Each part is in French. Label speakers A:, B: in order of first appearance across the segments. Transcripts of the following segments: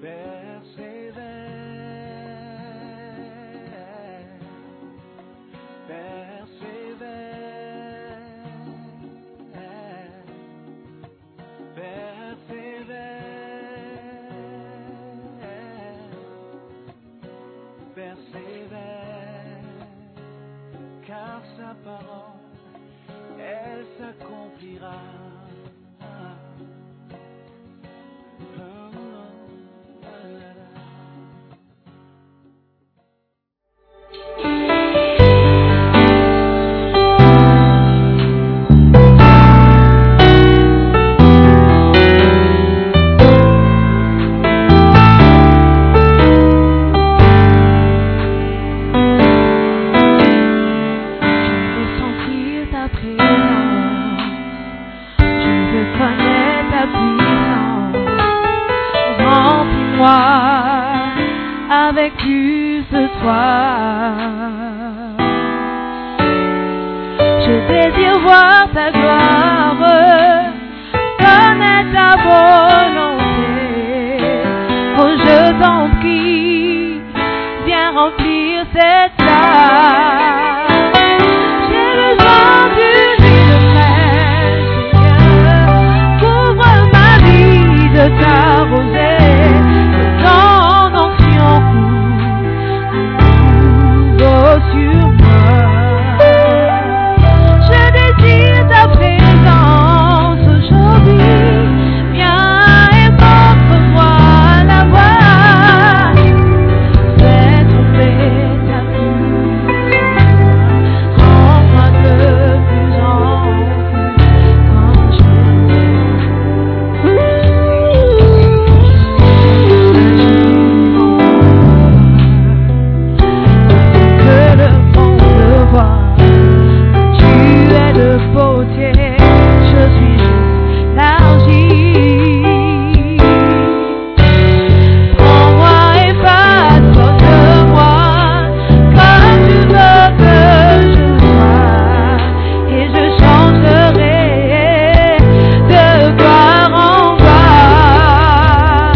A: Vers ses ailes, vers ses ailes, vers ses ailes, vers ses ailes, car sa parole, elle s'accomplira.
B: Je veux sentir ta présence. Je veux connaître ta puissance. Remplis-moi avec plus de toi. Je désire voir ta gloire. Connaître ta volonté. Oh, je t'en prie. Viens remplir cette salle. J'ai besoin d'une vie de presse, Seigneur. Couvre ma vie de ta rosée. Que ton onction coule, coule sur moi. Je désire ta présence aujourd'hui. Viens et montre-moi la voie. Fais tomber ta pluie. Rends-moi de plus en plus angélique. Que le monde voit. Tu es de beauté, je suis juste l'argile. Prends-moi et façonne-moi comme tu veux que je sois, et je changerai de gloire en gloire.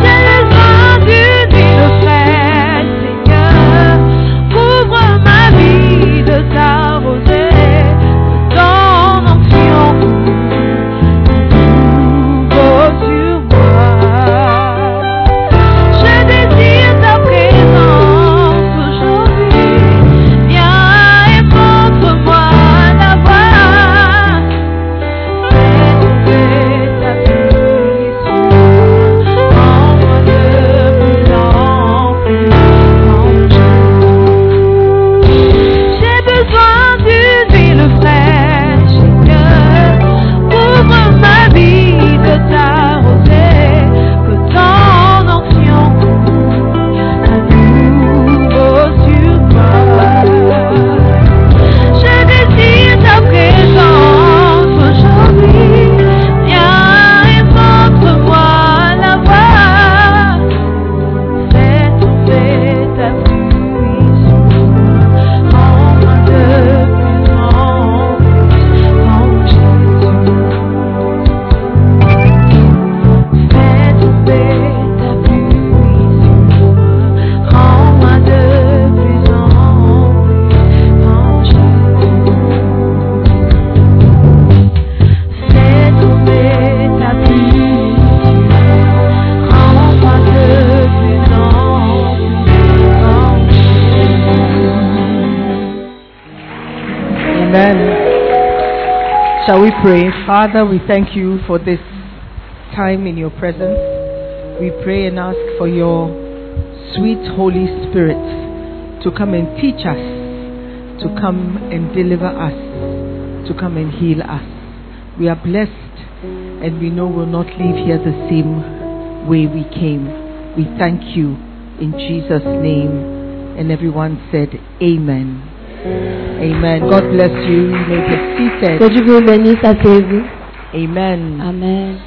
B: J'ai besoin d'une vie de frêne, Seigneur. Couvre ma vie de ta rosée. Ton onction coule sur moi. Je désire ta présence aujourd'hui. Viens et montre-moi la voie. Fais tomber ta puissance en moi de plus en plus en J'ai besoin d'une ville fraîche que couvre ma vie de ta rosée, que ton ancien coule à nouveau sur moi. Je désire ta présence aujourd'hui. Viens et montre-moi la voie. Fais tomber ta puissance. Rends-moi de plus en plus en Jésus. Fais tomber ta puissance. Rends-moi de plus en plus. Fais tomber ta pluie, rends-moi de plus en plus
C: Amen. Shall we pray? Father, we thank you for this time in your presence. We pray and ask for your sweet Holy Spirit to come and teach us, to come and deliver us, to come and heal us. We are blessed and we know we'll not leave here the same way we came. We thank you in Jesus' name. And everyone said, Amen. Amen. God bless you. You may be
B: Que
C: seated.
B: Dieu vous bénisse, asseyez-vous.
C: Amen.
B: Amen.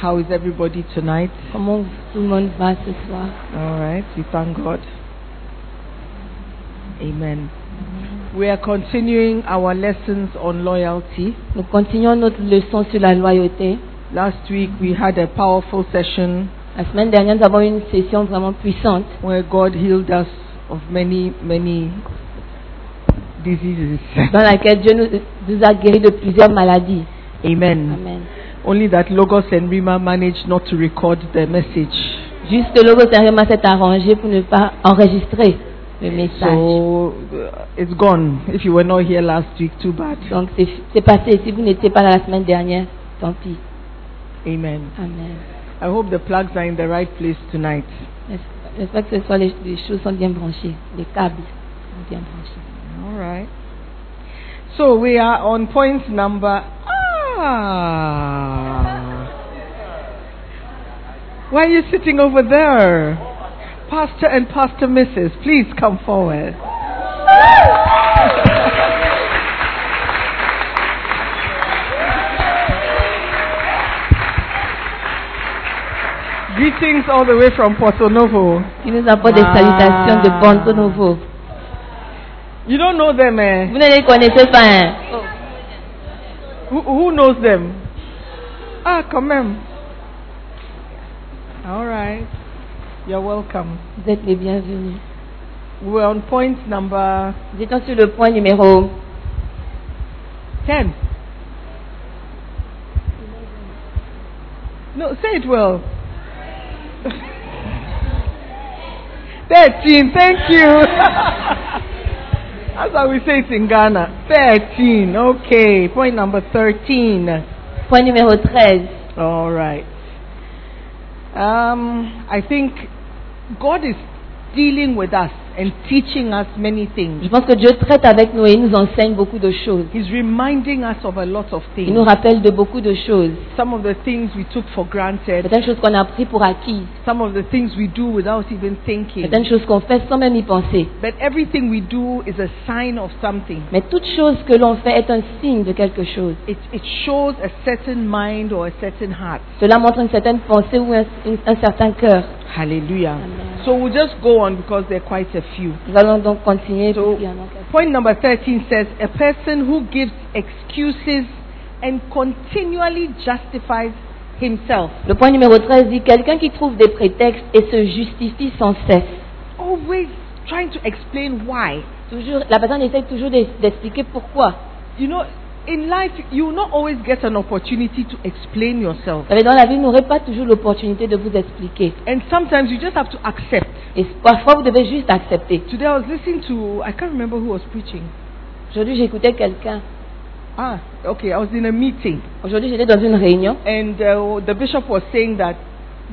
C: How is everybody tonight?
B: Comment tout le monde va ce soir?
C: All right, we thank God. Amen. We are continuing our lessons on loyalty.
B: Nous continuons notre leçon sur la loyauté.
C: Last week we had a powerful session
B: La semaine dernière, nous avons eu une session vraiment puissante
C: where God healed us of many, many diseases.
B: dans laquelle Dieu nous, nous a guéris de plusieurs maladies.
C: Amen.
B: Amen.
C: Only that Logos and Rima managed not to record the message.
B: Juste que Logos et Rema s'est arrangé pour ne pas enregistrer le message.
C: So uh, it's gone. If you were not here last week, too bad.
B: Donc c'est c'est passé. Si vous n'étiez pas là la semaine dernière, tant pis.
C: Amen.
B: Amen.
C: I hope the plugs are in the right place tonight.
B: J'espère- J'espère que ce soir les, les choses sont bien branchées, les câbles sont bien branchés.
C: All right. So we are on point number. Ah. Why are you sitting over there? Pastor and Pastor Mrs., please come forward. Greetings all the way from Porto Novo.
B: Qui nous apporte des
C: Wow.
B: salutations de Ponto Novo.
C: You don't know them, eh?
B: Vous ne les connaissez pas, hein?
C: Who, who knows them? Ah, quand même. All right. You're welcome.
B: Vous êtes les bienvenus.
C: We're on point number
B: Nous étions sur le point numéro
C: 10. No, say it well. 13, thank you. That's how we say it in Ghana. 13, okay. Point number 13.
B: point numéro 13.
C: All right. Um, I think God is dealing with us and teaching us many
B: Je
C: things.
B: pense que Dieu traite avec nous et il nous enseigne beaucoup de choses.
C: He's reminding us of a lot of
B: Il
C: things.
B: nous rappelle de beaucoup de choses.
C: Some of the things we took for granted,
B: Certaines choses qu'on a pris pour acquis,
C: some of the things we do without even thinking.
B: certaines choses qu'on fait sans même y penser.
C: But everything we do is a sign of something.
B: Mais toute chose que l'on fait est un signe de quelque chose.
C: It, it shows a certain mind or a certain heart.
B: Cela montre une certaine pensée ou un, une- un certain cœur.
C: Hallelujah.
B: Amen.
C: So we'll just go on because there are quite a few.
B: Nous allons donc continuer.
C: So,
B: puisqu'il y en a encore.
C: point number 13 says a person who gives excuses and continually justifies himself.
B: Le point numéro 13 dit quelqu'un qui trouve des prétextes et se justifie sans cesse.
C: Always trying to explain why.
B: Toujours, la personne essaie toujours d'ex- d'expliquer pourquoi.
C: You know, in life, you will not always get an opportunity to explain yourself.
B: Vous savez, dans la vie, vous n'aurez pas toujours l'opportunité de vous expliquer.
C: And sometimes you just have to accept.
B: Et parfois, vous devez juste accepter.
C: Today I was listening to, I can't remember who was preaching.
B: Aujourd'hui, j'écoutais quelqu'un.
C: Ah, okay, I was in a meeting.
B: Aujourd'hui, j'étais dans une réunion.
C: And uh, the bishop was saying that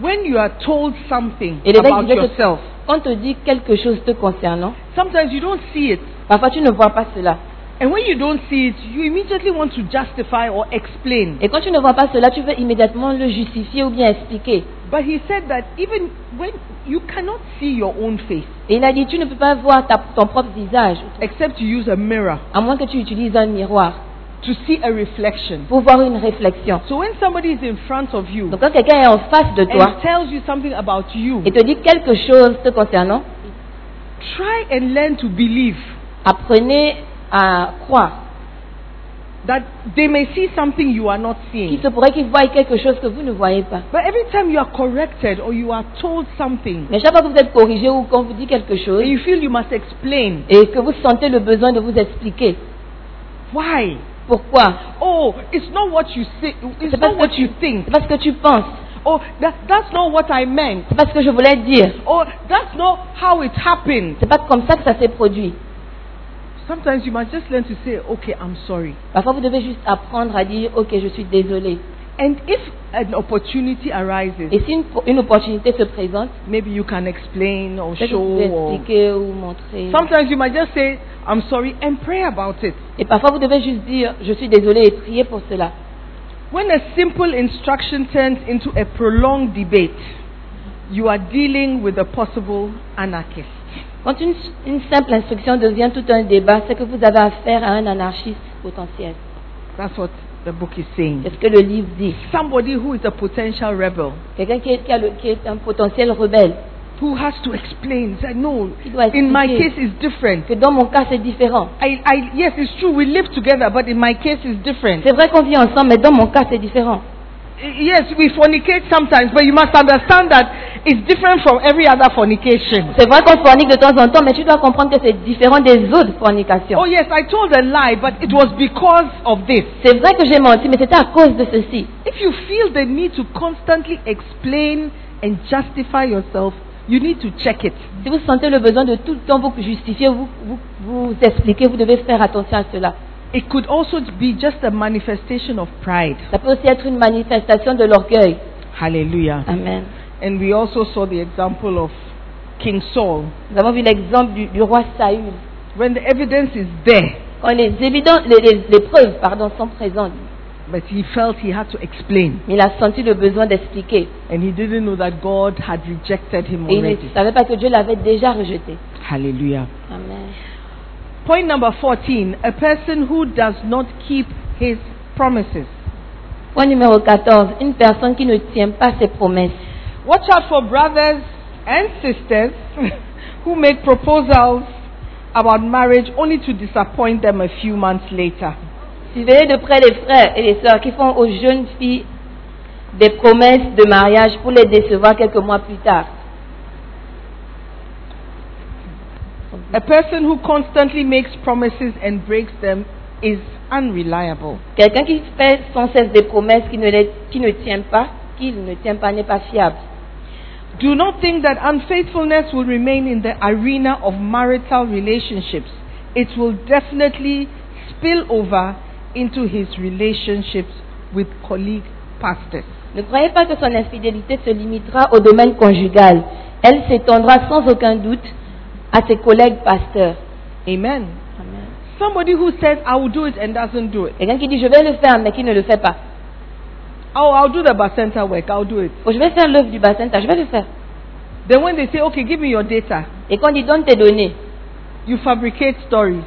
C: when you are told something
B: Et l'évêque
C: about
B: disait que
C: yourself,
B: quand on te dit quelque chose te concernant,
C: sometimes you don't see it.
B: parfois tu ne vois pas cela.
C: And when you don't see it, you immediately want to justify or explain.
B: Et quand tu ne vois pas cela, tu veux immédiatement le justifier ou bien expliquer.
C: But he said that even when you cannot see your own face,
B: Et il a dit, tu ne peux pas voir ta- ton propre visage,
C: except you use a mirror
B: à moins que tu utilises un miroir
C: to see a reflection.
B: pour voir une réflexion.
C: So when somebody is in front of you
B: Donc quand quelqu'un est en face de toi
C: and tells you something about you,
B: et te dit quelque chose te concernant,
C: try and learn to believe
B: apprenez à croire
C: that they may see something you are not
B: qu'il
C: seeing.
B: se pourrait qu'il voie quelque chose que vous ne voyez pas.
C: But every time you are corrected or you are told something,
B: Mais chaque fois que vous êtes corrigé ou qu'on vous dit quelque chose
C: and you feel you must explain
B: et que vous sentez le besoin de vous expliquer
C: why.
B: pourquoi,
C: Oh, it's not what you say. It's
B: c'est pas,
C: not
B: ce que
C: what you
B: tu-
C: think.
B: c'est pas ce que tu penses,
C: Oh, that, that's not what I meant.
B: c'est pas ce que je voulais dire,
C: Oh, that's not how it happened.
B: c'est pas comme ça que ça s'est produit.
C: Sometimes you must just learn to say, okay, I'm sorry.
B: Parfois vous devez juste apprendre à dire ok je suis désolé.
C: And if an opportunity arises,
D: Et si une, une opportunité se présente,
C: maybe you can explain or
D: peut-être que
C: show
D: vous pouvez
C: or
D: expliquer ou montrer.
C: Sometimes you might just say, I'm sorry, and pray about it.
D: Et parfois, vous devez juste dire, je suis désolé et prier pour cela.
C: When a simple instruction turns into a prolonged debate, you are dealing with a possible anarchist.
D: Quand une, une simple instruction devient tout un débat, c'est que vous avez affaire à un anarchiste potentiel.
C: That's what the book is saying.
D: C'est ce que le livre dit.
C: Somebody who is a potential rebel,
D: Quelqu'un qui est, qui a le- qui est un potentiel rebelle.
C: who has to explain, say, no,
D: He doit
C: in my
D: expliquer.
C: case it's different.
D: Que dans mon cas, c'est différent.
C: I, I, yes, it's true, we live together, but in my case it's different.
D: C'est vrai qu'on vit ensemble, mais dans mon cas, c'est différent.
C: Yes, we fornicate sometimes, but you must understand that it's different from every other fornication.
D: C'est vrai qu'on fornique de temps en temps, mais tu dois comprendre que c'est différent des autres fornications.
C: Oh yes, I told a lie, but it was because of this.
D: C'est vrai que j'ai menti, mais c'était à cause de ceci.
C: If you feel the need to constantly explain and justify yourself, you need to check it.
D: Si vous sentez le besoin de tout le temps vous justifier, vous, vous, vous expliquer, vous devez faire attention à cela.
C: It could also be just a manifestation of pride.
D: Ça peut aussi être une manifestation de l'orgueil.
C: Hallelujah.
D: Amen.
C: And we also saw the example of King Saul.
D: Nous avons vu l'exemple du, du roi Saül.
C: When the evidence is there,
D: Quand les, évidents, les, les- les preuves pardon, sont présentes,
C: but he felt he had to explain.
D: il a senti le besoin d'expliquer.
C: And he didn't know that God had rejected him
D: Et il ne
C: already.
D: savait pas que Dieu l'avait déjà rejeté.
C: Hallelujah.
D: Amen.
C: Point number 14 a person who does not keep his promises.
D: Point numéro 14. Une personne qui ne tient pas ses promesses.
C: Watch out for brothers and sisters who make proposals about marriage only to disappoint them a few months later.
D: Suivez de près les frères et les sœurs qui font aux jeunes filles des promesses de mariage pour les décevoir quelques mois plus tard.
C: A person who constantly makes promises and breaks them is unreliable.
D: Quelqu'un qui fait sans cesse des promesses qui ne, les, qui ne tient pas, qu'il ne tient pas, n'est pas fiable.
C: Do not think that unfaithfulness will remain in the arena of marital relationships. It will definitely spill over into his relationships with colleague pastors.
D: Ne croyez pas que son infidélité se limitera au domaine conjugal. Elle s'étendra sans aucun doute à ses collègues pasteurs.
C: Amen. Somebody who says, I will do it and doesn't do it.
D: Quelqu'un qui dit je vais le faire mais qui ne le fait pas.
C: Oh, I'll do the bar center work. I'll do it.
D: Oh, je vais faire l'œuvre du bassin, je vais le faire.
C: Then when they say, okay, give me your data,
D: Et quand on dit donne tes données,
C: you fabricate stories.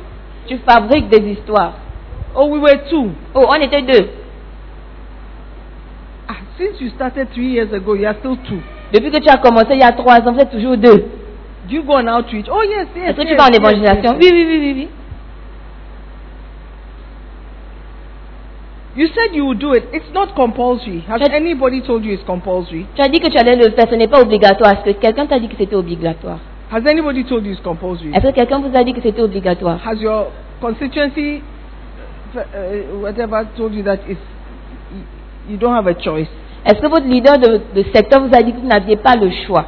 D: tu fabriques des histoires.
C: Oh, we were two.
D: Oh, on était deux.
C: Ah, since you started three years ago, you are still two.
D: Depuis que tu as commencé il y a trois ans, vous êtes toujours deux.
C: Do you go on outreach? Oh, yes, yes.
D: Est-ce que
C: yes,
D: tu vas en
C: yes,
D: évangélisation
C: yes.
D: Oui, oui, oui, oui, oui.
C: You said you would do it. It's not compulsory. Has
D: But-
C: anybody told you it's compulsory?
D: Tu as dit que tu allais le faire, ce n'est pas obligatoire. Est-ce que quelqu'un t'a dit que c'était obligatoire
C: Has anybody told you it's compulsory?
D: Est-ce que quelqu'un vous a dit que c'était obligatoire
C: Has your constituency, uh, uh, whatever, told you that it's, you don't have a choice?
D: Est-ce que votre leader de, de secteur vous a dit que vous n'aviez pas le choix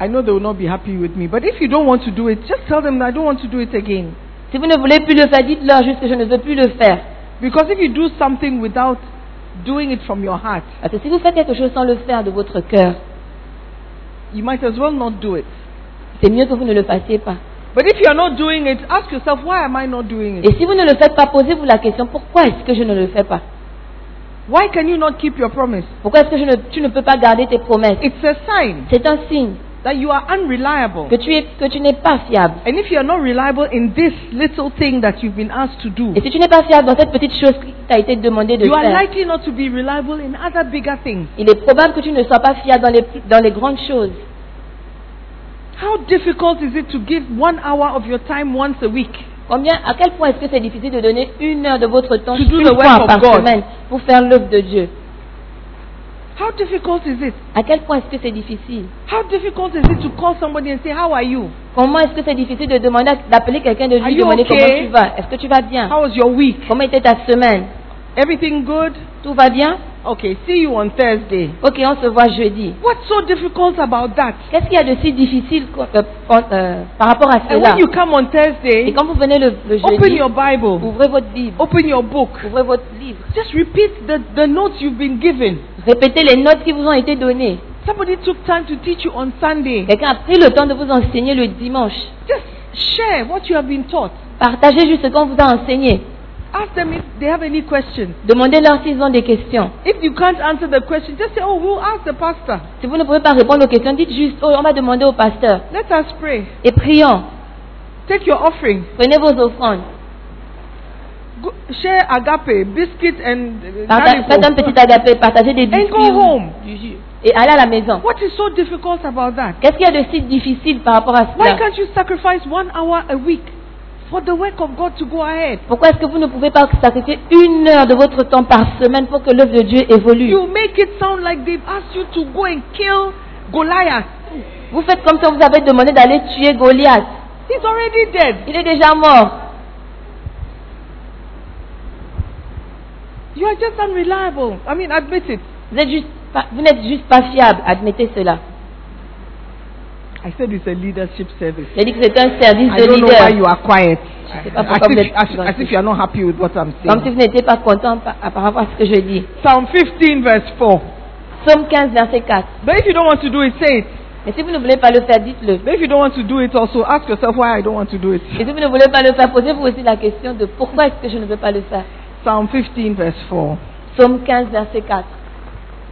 C: I know they will not be happy with me, but if you don't want to do it, just tell them I don't want to do it again.
D: Si vous ne voulez plus le faire, dites-leur juste que je ne veux plus le faire.
C: Because if you do something without doing it from your heart,
D: Parce que si vous faites quelque chose sans le faire de votre cœur,
C: you might as well not do it.
D: c'est mieux que vous ne le fassiez pas.
C: But if you are not doing it, ask yourself, why am I not doing it?
D: Et si vous ne le faites pas, posez-vous la question, pourquoi est-ce que je ne le fais pas
C: Why can you not keep your promise?
D: Pourquoi est-ce que je ne- tu ne peux pas garder tes promesses
C: It's a sign
D: C'est un signe
C: that you are unreliable.
D: que tu, es, que tu n'es pas fiable.
C: And if you are not reliable in this little thing that you've been asked to do,
D: Et si tu n'es pas fiable dans cette petite chose qui t'a été demandée de
C: you are
D: faire,
C: likely not to be reliable in other bigger things.
D: il est probable que tu ne sois pas fiable dans les, plus- dans les grandes choses.
C: How difficult is it to give one hour of your time once a week?
D: Combien, à quel point est-ce que c'est difficile de donner une heure de votre temps
C: To do
D: une
C: the work
D: fois
C: of
D: par
C: God.
D: semaine pour faire l'œuvre de Dieu
C: How difficult is it?
D: À quel point est-ce que c'est difficile
C: How difficult is it to call somebody and say, How are you?
D: Comment est-ce que c'est difficile de demander à- d'appeler quelqu'un de
C: Are
D: lui
C: you
D: demander
C: okay?
D: comment tu vas Est-ce que tu vas bien
C: How was your week?
D: Comment était ta semaine
C: Everything good?
D: Tout va bien
C: Okay, see you on Thursday.
D: Ok, on se voit jeudi.
C: What's so difficult about that?
D: Qu'est-ce qu'il y a de si difficile qu'on- euh, qu'on- euh, par rapport à
C: And when
D: cela
C: you come on Thursday,
D: Et quand vous venez le, le
C: open
D: jeudi,
C: your Bible,
D: ouvrez votre Bible,
C: open your book.
D: ouvrez votre livre,
C: Just repeat the, the notes you've been given.
D: répétez les notes qui vous ont été données.
C: Somebody took time to teach you on Sunday.
D: Quelqu'un a pris le temps de vous enseigner le dimanche.
C: Just share what you have been taught.
D: Partagez juste ce qu'on vous a enseigné.
C: Ask them if they have any questions.
D: Demandez-leur s'ils ont des questions.
C: If you can't answer the question, just say, Oh, we'll ask the pastor.
D: Si vous ne pouvez pas répondre aux questions, dites juste, oh, on va demander au pasteur.
C: Let us pray.
D: Et prions,
C: Take your offering.
D: prenez vos offrandes.
C: Go, share agape, biscuit, and uh,
D: Parta- Faites un
C: narico.
D: petit agapé, partagez des
C: and
D: biscuits
C: go
D: ou
C: home.
D: du jus. Et allez à la maison.
C: What is so difficult about that?
D: Qu'est-ce qu'il y a de si difficile par rapport à
C: Why
D: cela
C: can't you sacrifice one hour a week for the work of God to go ahead?
D: Pourquoi est-ce que vous ne pouvez pas sacrifier une heure de votre temps par semaine pour que l'œuvre de Dieu évolue
C: You make it sound like they've asked you to go and kill Goliath.
D: Vous faites comme si on vous avait demandé d'aller tuer Goliath.
C: He's already dead.
D: Il est déjà mort.
C: You are just unreliable. I mean, admit it.
D: Vous êtes juste pas- vous n'êtes juste pas fiable. Admettez cela.
C: I said it's a leadership service.
D: J'ai dit que c'est un service
C: I
D: de
C: don't know why you
D: leader.
C: are quiet.
D: sais pas
C: As
D: pourquoi vous
C: if,
D: êtes
C: as, as if you are not happy with what I'm
D: Comme si vous
C: saying.
D: n'étiez pas content par, par rapport à ce que je dis.
C: Psalm 15, verse 4.
D: Somme 15, verset 4.
C: But if you don't want to do it, say it.
D: Mais si vous ne voulez pas le faire, dites-le.
C: But if you don't want to do it, also ask yourself why I don't want to do it.
D: Et si vous ne voulez pas le faire, posez-vous aussi la question de pourquoi est-ce que je ne veux pas le faire.
C: Psalm 15, verse 4.
D: Somme 15, verset 4.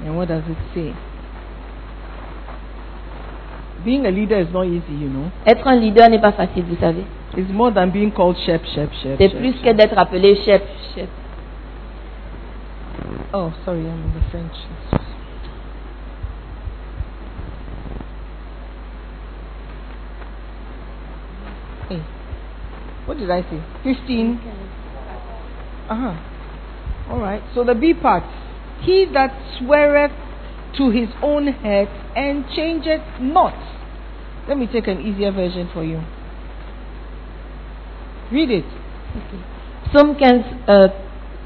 C: And what does it say? Being a leader is not easy, you know.
D: Être un leader n'est pas facile, vous savez.
C: It's more than being called chef, chef, chef.
D: C'est
C: chef.
D: plus que d'être appelé chef. chef.
C: Oh, sorry, I'm in the French. Hey, what did I say? 15. Uh huh. Uh-huh. All right. So the B part. He that sweareth to his own head and changeth not. Let me take an easier version for you. Read it.
D: Somme 15, euh,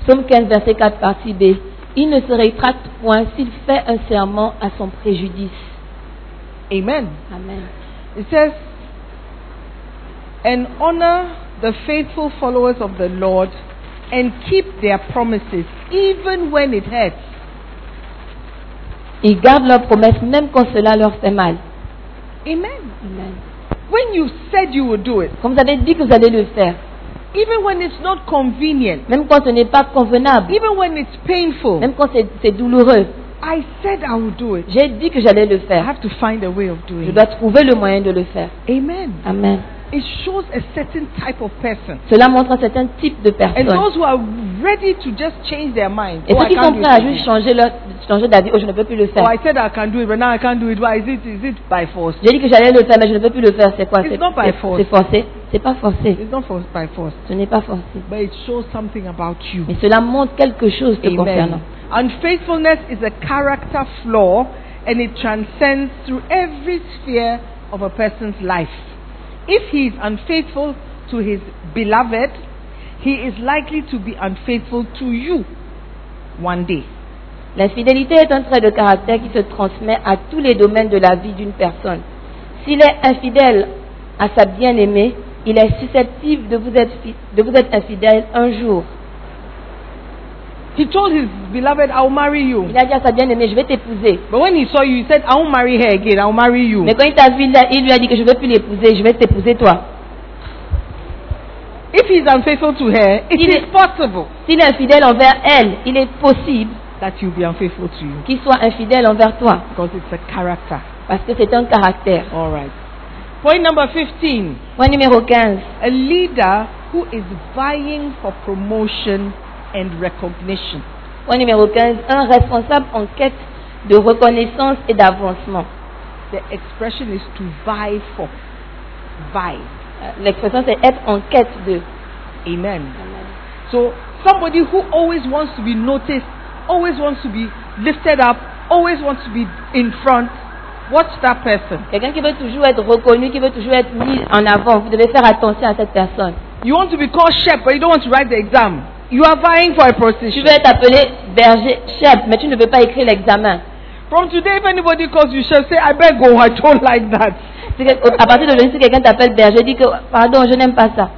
D: Psaume 15, verset 4, partie B. Il ne se rétracte point s'il fait un serment à son préjudice.
C: Amen.
D: Amen.
C: It says, and honor the faithful followers of the Lord and keep their promises, even when it hurts.
D: Ils gardent leurs promesses même quand cela leur fait mal.
C: Amen.
D: Amen.
C: When you said you would do it,
D: Comme vous avez dit que vous allez le faire,
C: even when it's not convenient,
D: même quand ce n'est pas convenable,
C: even when it's painful,
D: même quand c'est c'est douloureux,
C: I said I would do it.
D: j'ai dit que j'allais le
C: I
D: faire.
C: have to find a way of
D: Je
C: doing it.
D: dois trouver le moyen de le faire.
C: Amen.
D: Amen.
C: It shows a certain type of person.
D: Cela montre un certain type de
C: And
D: personne.
C: those who are ready to just change their mind.
D: Et
C: "Oh,
D: ceux
C: I
D: qui sont
C: can't do it
D: prêts à
C: today."
D: juste changer, leur, changer d'avis, oh, je ne peux plus le
C: Oh,
D: faire.
C: I said I can do it, but now I can't do it. Why is it? Is it by force?
D: J'ai dit que j'allais le faire, mais je ne peux plus le faire. C'est quoi
C: It's
D: C'est
C: not by
D: c'est-
C: force.
D: c'est forcé. C'est pas forcé.
C: It's not forced by force.
D: Ce n'est pas forcé.
C: But it shows something about you.
D: Mais cela montre quelque chose te concernant.
C: Amen. Unfaithfulness is a character flaw and it transcends through every sphere of a person's life. If he is unfaithful to his beloved, he is likely to be unfaithful to you one day.
D: L'infidélité est un trait de caractère qui se transmet à tous les domaines de la vie d'une personne. S'il est infidèle à sa bien-aimée, il est susceptible de vous être, fi- de vous être infidèle un jour.
C: He told his beloved, I'll marry you.
D: Il a dit à sa bien-aimée, je vais t'épouser.
C: But when he saw you, he said, I won't marry her again, I'll marry you.
D: Mais quand il t'a vu, il a- il lui a dit que je ne vais plus l'épouser, je vais t'épouser toi.
C: If he's unfaithful to her, it
D: Il
C: is
D: est-
C: possible
D: S'il est infidèle envers elle, il est possible
C: that you'll be unfaithful to you
D: qu'il soit infidèle envers toi,
C: because it's a character.
D: parce que c'est un caractère.
C: All right. Point number 15.
D: Point numéro 15.
C: A leader who is vying for promotion and recognition.
D: Point numéro 15. Un responsable en quête de reconnaissance et d'avancement.
C: The expression is to vie for. Vie.
D: Euh, L'expression, c'est être en quête de.
C: Amen. So, somebody who always wants to be noticed, always wants to be lifted up, always wants to be in front. Watch that person.
D: Quelqu'un qui veut toujours être reconnu, qui veut toujours être mis en avant. Vous devez faire attention à cette personne.
C: You want to be called chef, but you don't want to write the exam. You are vying for a
D: Tu
C: position.
D: veux être appelé berger, chef, mais tu ne veux pas écrire l'examen.
C: From today, if anybody calls you chef, say, I beg go, I don't like that.
D: Si quel- À partir d'aujourd'hui, si quelqu'un t'appelle berger, dis que pardon, je n'aime pas ça.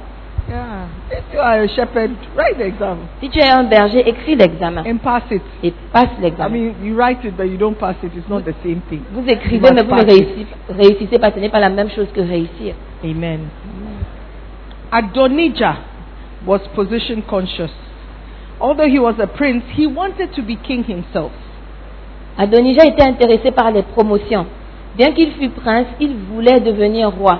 C: Yeah. If you are a shepherd, write the exam
D: Si tu es un berger, écris l'examen
C: and pass it.
D: et passe
C: I
D: l'examen.
C: mean, you write it, but you don't pass it. It's not the same thing.
D: Vous écrivez, mais vous ne réussissez, réussissez pas. Ce n'est pas la même chose que réussir.
C: Amen. Adonijah was position conscious. Although he was a prince, he wanted to be king himself.
D: Adonijah était intéressé par les promotions. Bien qu'il fût prince, il voulait devenir roi.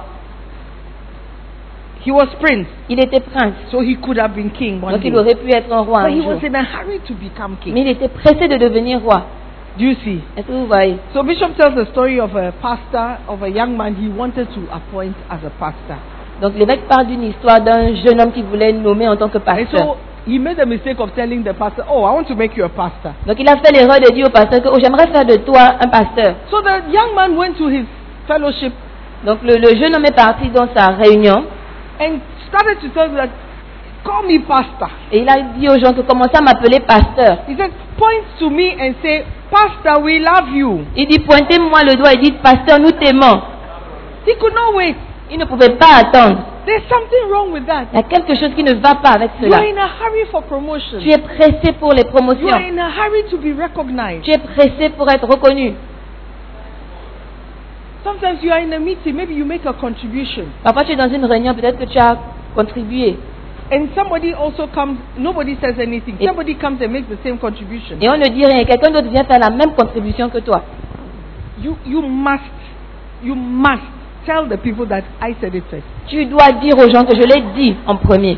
C: He was prince,
D: Il était prince,
C: so he could have been king one
D: donc
C: day.
D: il aurait pu être un roi
C: But
D: un
C: he
D: jour.
C: was in a hurry to become
D: Mais
C: king.
D: il était pressé de devenir roi.
C: Do you see?
D: Est-ce que vous voyez
C: So Bishop tells the story of a pastor, of a young man he wanted to appoint as a pastor.
D: Donc l'évêque part d'une histoire d'un jeune homme qui voulait nommer en tant que
C: And so
D: pasteur.
C: he made the mistake of telling the pastor, Oh, I want to make you a pastor.
D: Donc il a fait l'erreur de dire au pasteur que oh, j'aimerais faire de toi un pasteur.
C: So the young man went to his fellowship
D: Donc le, le jeune homme est parti dans sa réunion
C: and started to tell them that, Call me pastor.
D: et il a dit aux gens que commencez à m'appeler pasteur.
C: He said, Point to me and say, Pastor, we love you.
D: Il dit pointez-moi le doigt et dites pasteur nous t'aimons.
C: He could not wait.
D: Il ne pouvait pas attendre.
C: There's something wrong with that.
D: Il y a quelque chose qui ne va pas avec
C: You
D: cela.
C: are in a hurry for
D: Tu
C: promotion.
D: es pressé pour les
C: You are
D: promotions.
C: in a hurry to be recognized.
D: Tu es pressé pour être reconnu.
C: Sometimes you are in a meeting, maybe you make a contribution.
D: Parfois tu es dans une réunion, peut-être que tu as contribué.
C: And somebody also comes, nobody says anything.
D: It-
C: Somebody comes and makes the same contribution.
D: Et on ne dit rien. Quelqu'un d'autre vient faire la même contribution que toi.
C: You, you must, you must tell the people that I said it first.
D: Tu dois dire aux gens que je l'ai dit en premier.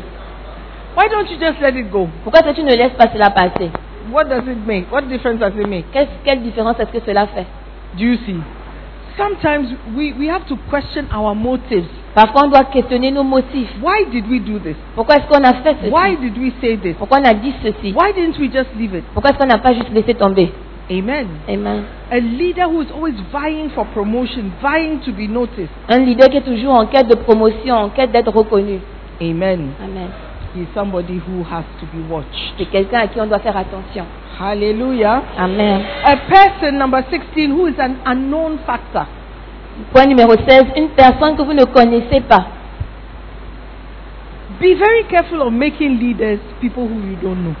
C: Why don't you just let it go?
D: Pourquoi est-ce que tu ne laisses pas cela passer
C: What does it make? What difference does it make?
D: Qu'est-ce- Quelle différence est-ce que cela fait
C: Do you see? Sometimes we, we have to question our motives.
D: Parfois, on doit questionner nos motifs.
C: Why did we do this?
D: Pourquoi est-ce qu'on a fait ceci
C: Why did we say this?
D: Pourquoi on a dit ceci
C: Why didn't we just leave it?
D: Pourquoi est-ce qu'on n'a pas juste laissé tomber
C: Amen.
D: Amen.
C: A leader who is always vying for promotion, vying to be noticed.
D: Un leader qui est toujours en quête de promotion, en quête d'être reconnu.
C: Amen.
D: Amen.
C: He is somebody who has to be watched.
D: C'est quelqu'un à qui on doit faire attention.
C: Hallelujah.
D: Amen.
C: A person, number 16, who is an unknown factor.
D: Point numéro 16, une personne que vous ne connaissez pas.
C: Be very careful of making leaders people who you don't know.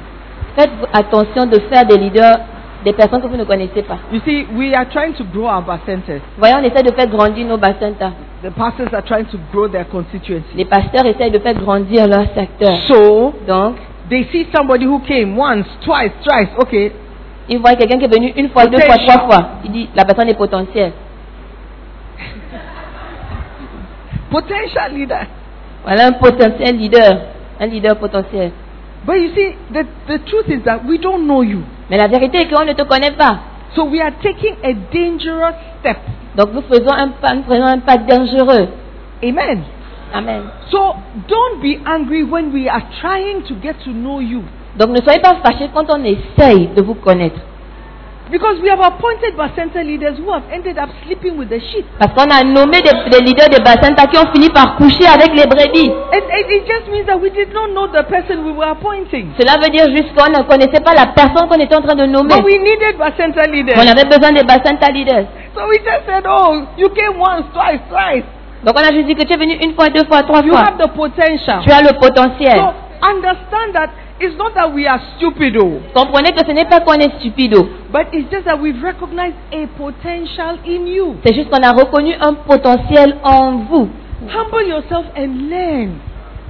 D: Faites attention de faire des leaders des personnes que vous ne connaissez pas.
C: You see, we are trying to grow our centers.
D: Voyez, on essaie de faire grandir nos bassins.
C: The pastors are trying to grow their constituency.
D: Les pasteurs essayent de faire grandir leur secteur.
C: So,
D: Donc,
C: they see somebody who came once, twice, thrice. Okay,
D: ils voient quelqu'un qui est venu une fois, deux fois, trois fois. Il dit, la personne est potentielle.
C: potential leader.
D: Voilà un potentiel leader, un leader potentiel.
C: But you see, the, the truth is that we don't know you.
D: Mais la vérité est qu'on ne te connaît pas.
C: So we are taking a dangerous step.
D: Donc nous faisons un pas, nous prenons un pas dangereux.
C: Amen.
D: Amen.
C: So don't be angry when we are trying to get to know you.
D: Donc ne soyez pas fâchés quand on essaye de vous connaître.
C: Because we have appointed center leaders who have ended up sleeping with the sheep.
D: Parce qu'on a nommé des, des leaders de Bassanta qui ont fini par coucher avec les brebis.
C: It, it, it just means that we did not know the person we were appointing.
D: Cela veut dire juste qu'on ne connaissait pas la personne qu'on était en train de nommer.
C: But we needed center
D: On
C: leaders.
D: avait besoin des Bassanta leaders.
C: So we just said, oh, you came once, twice, thrice.
D: Donc on a juste dit que tu es venu une fois, deux fois, trois
C: You
D: fois.
C: have the potential.
D: Tu as
C: So
D: le potentiel.
C: understand that it's not that we are stupid, oh,
D: Comprenez que ce n'est pas qu'on est stupido.
C: but it's just that we've recognized a potential in you.
D: C'est juste qu'on a reconnu un potentiel en vous.
C: Humble yourself and learn.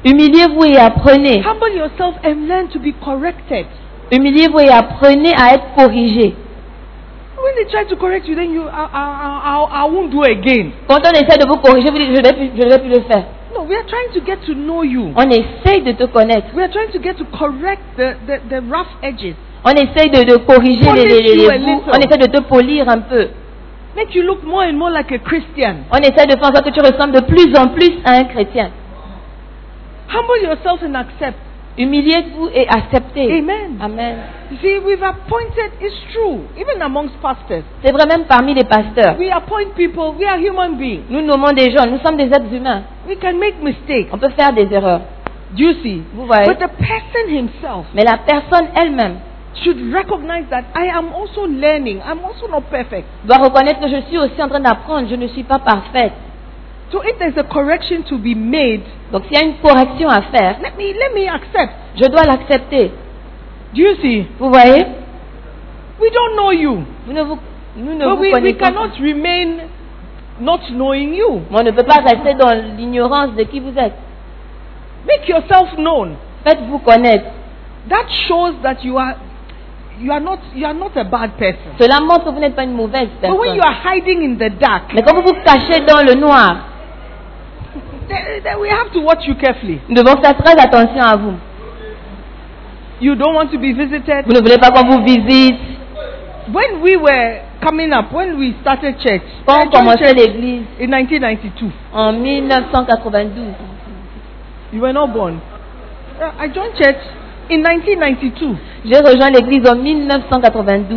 D: Humiliez-vous et apprenez.
C: Humble yourself and learn to be corrected.
D: Humiliez-vous et apprenez à être corrigé.
C: When they try to correct you, then you, I, I, I, I won't do again.
D: Quand on essaie de vous corriger, vous dites, je ne vais, plus- je ne vais plus le faire.
C: No, we are trying to get to know you.
D: On essaye de te connaître.
C: We are trying to get to correct the, the, the rough edges.
D: On essaye de, de corriger les, les, les- les bouts. On essaie de te polir un peu.
C: Make you look more and more like a Christian.
D: On essaie de faire en sorte que tu ressembles de plus en plus à un chrétien.
C: Humble yourself and accept.
D: Humiliez-vous et acceptez.
C: Amen.
D: Amen.
C: You See, we've appointed, it's true, even amongst pastors.
D: C'est vrai même parmi les pasteurs.
C: We appoint people, we are human beings.
D: Nous nommons des gens, nous sommes des êtres humains.
C: We can make mistakes.
D: On peut faire des erreurs.
C: Do you see?
D: Vous voyez.
C: But the person himself
D: Mais la personne elle-même
C: should recognize that I am also learning. I'm also not perfect.
D: doit reconnaître que je suis aussi en train d'apprendre, je ne suis pas parfaite.
C: So if there's a correction to be made,
D: Donc s'il y a une correction à faire,
C: let me let me accept.
D: je dois l'accepter.
C: Do you see?
D: Vous voyez
C: We don't know you.
D: Vous ne vous, Nous ne
C: But
D: vous
C: we, we
D: connaissons pas.
C: cannot remain not knowing you.
D: Mais on ne peut pas rester dans l'ignorance de qui vous êtes.
C: Make yourself known.
D: Faites-vous connaître.
C: That shows that you are you are not you are not a bad person.
D: Cela montre que vous n'êtes pas une mauvaise
C: But when
D: personne.
C: you are hiding in the dark,
D: Mais quand vous vous cachez dans le noir,
C: then, then we have to watch you carefully.
D: nous devons faire très attention à vous.
C: You don't want to be visited.
D: Vous ne voulez pas qu'on vous visite.
C: When we were coming up, when we started church,
D: Quand on
C: I joined
D: commençait
C: church
D: l'église
C: in 1992,
D: en 1992,
C: you were not born. Uh, I joined church in 1992,
D: j'ai rejoint l'église en 1992.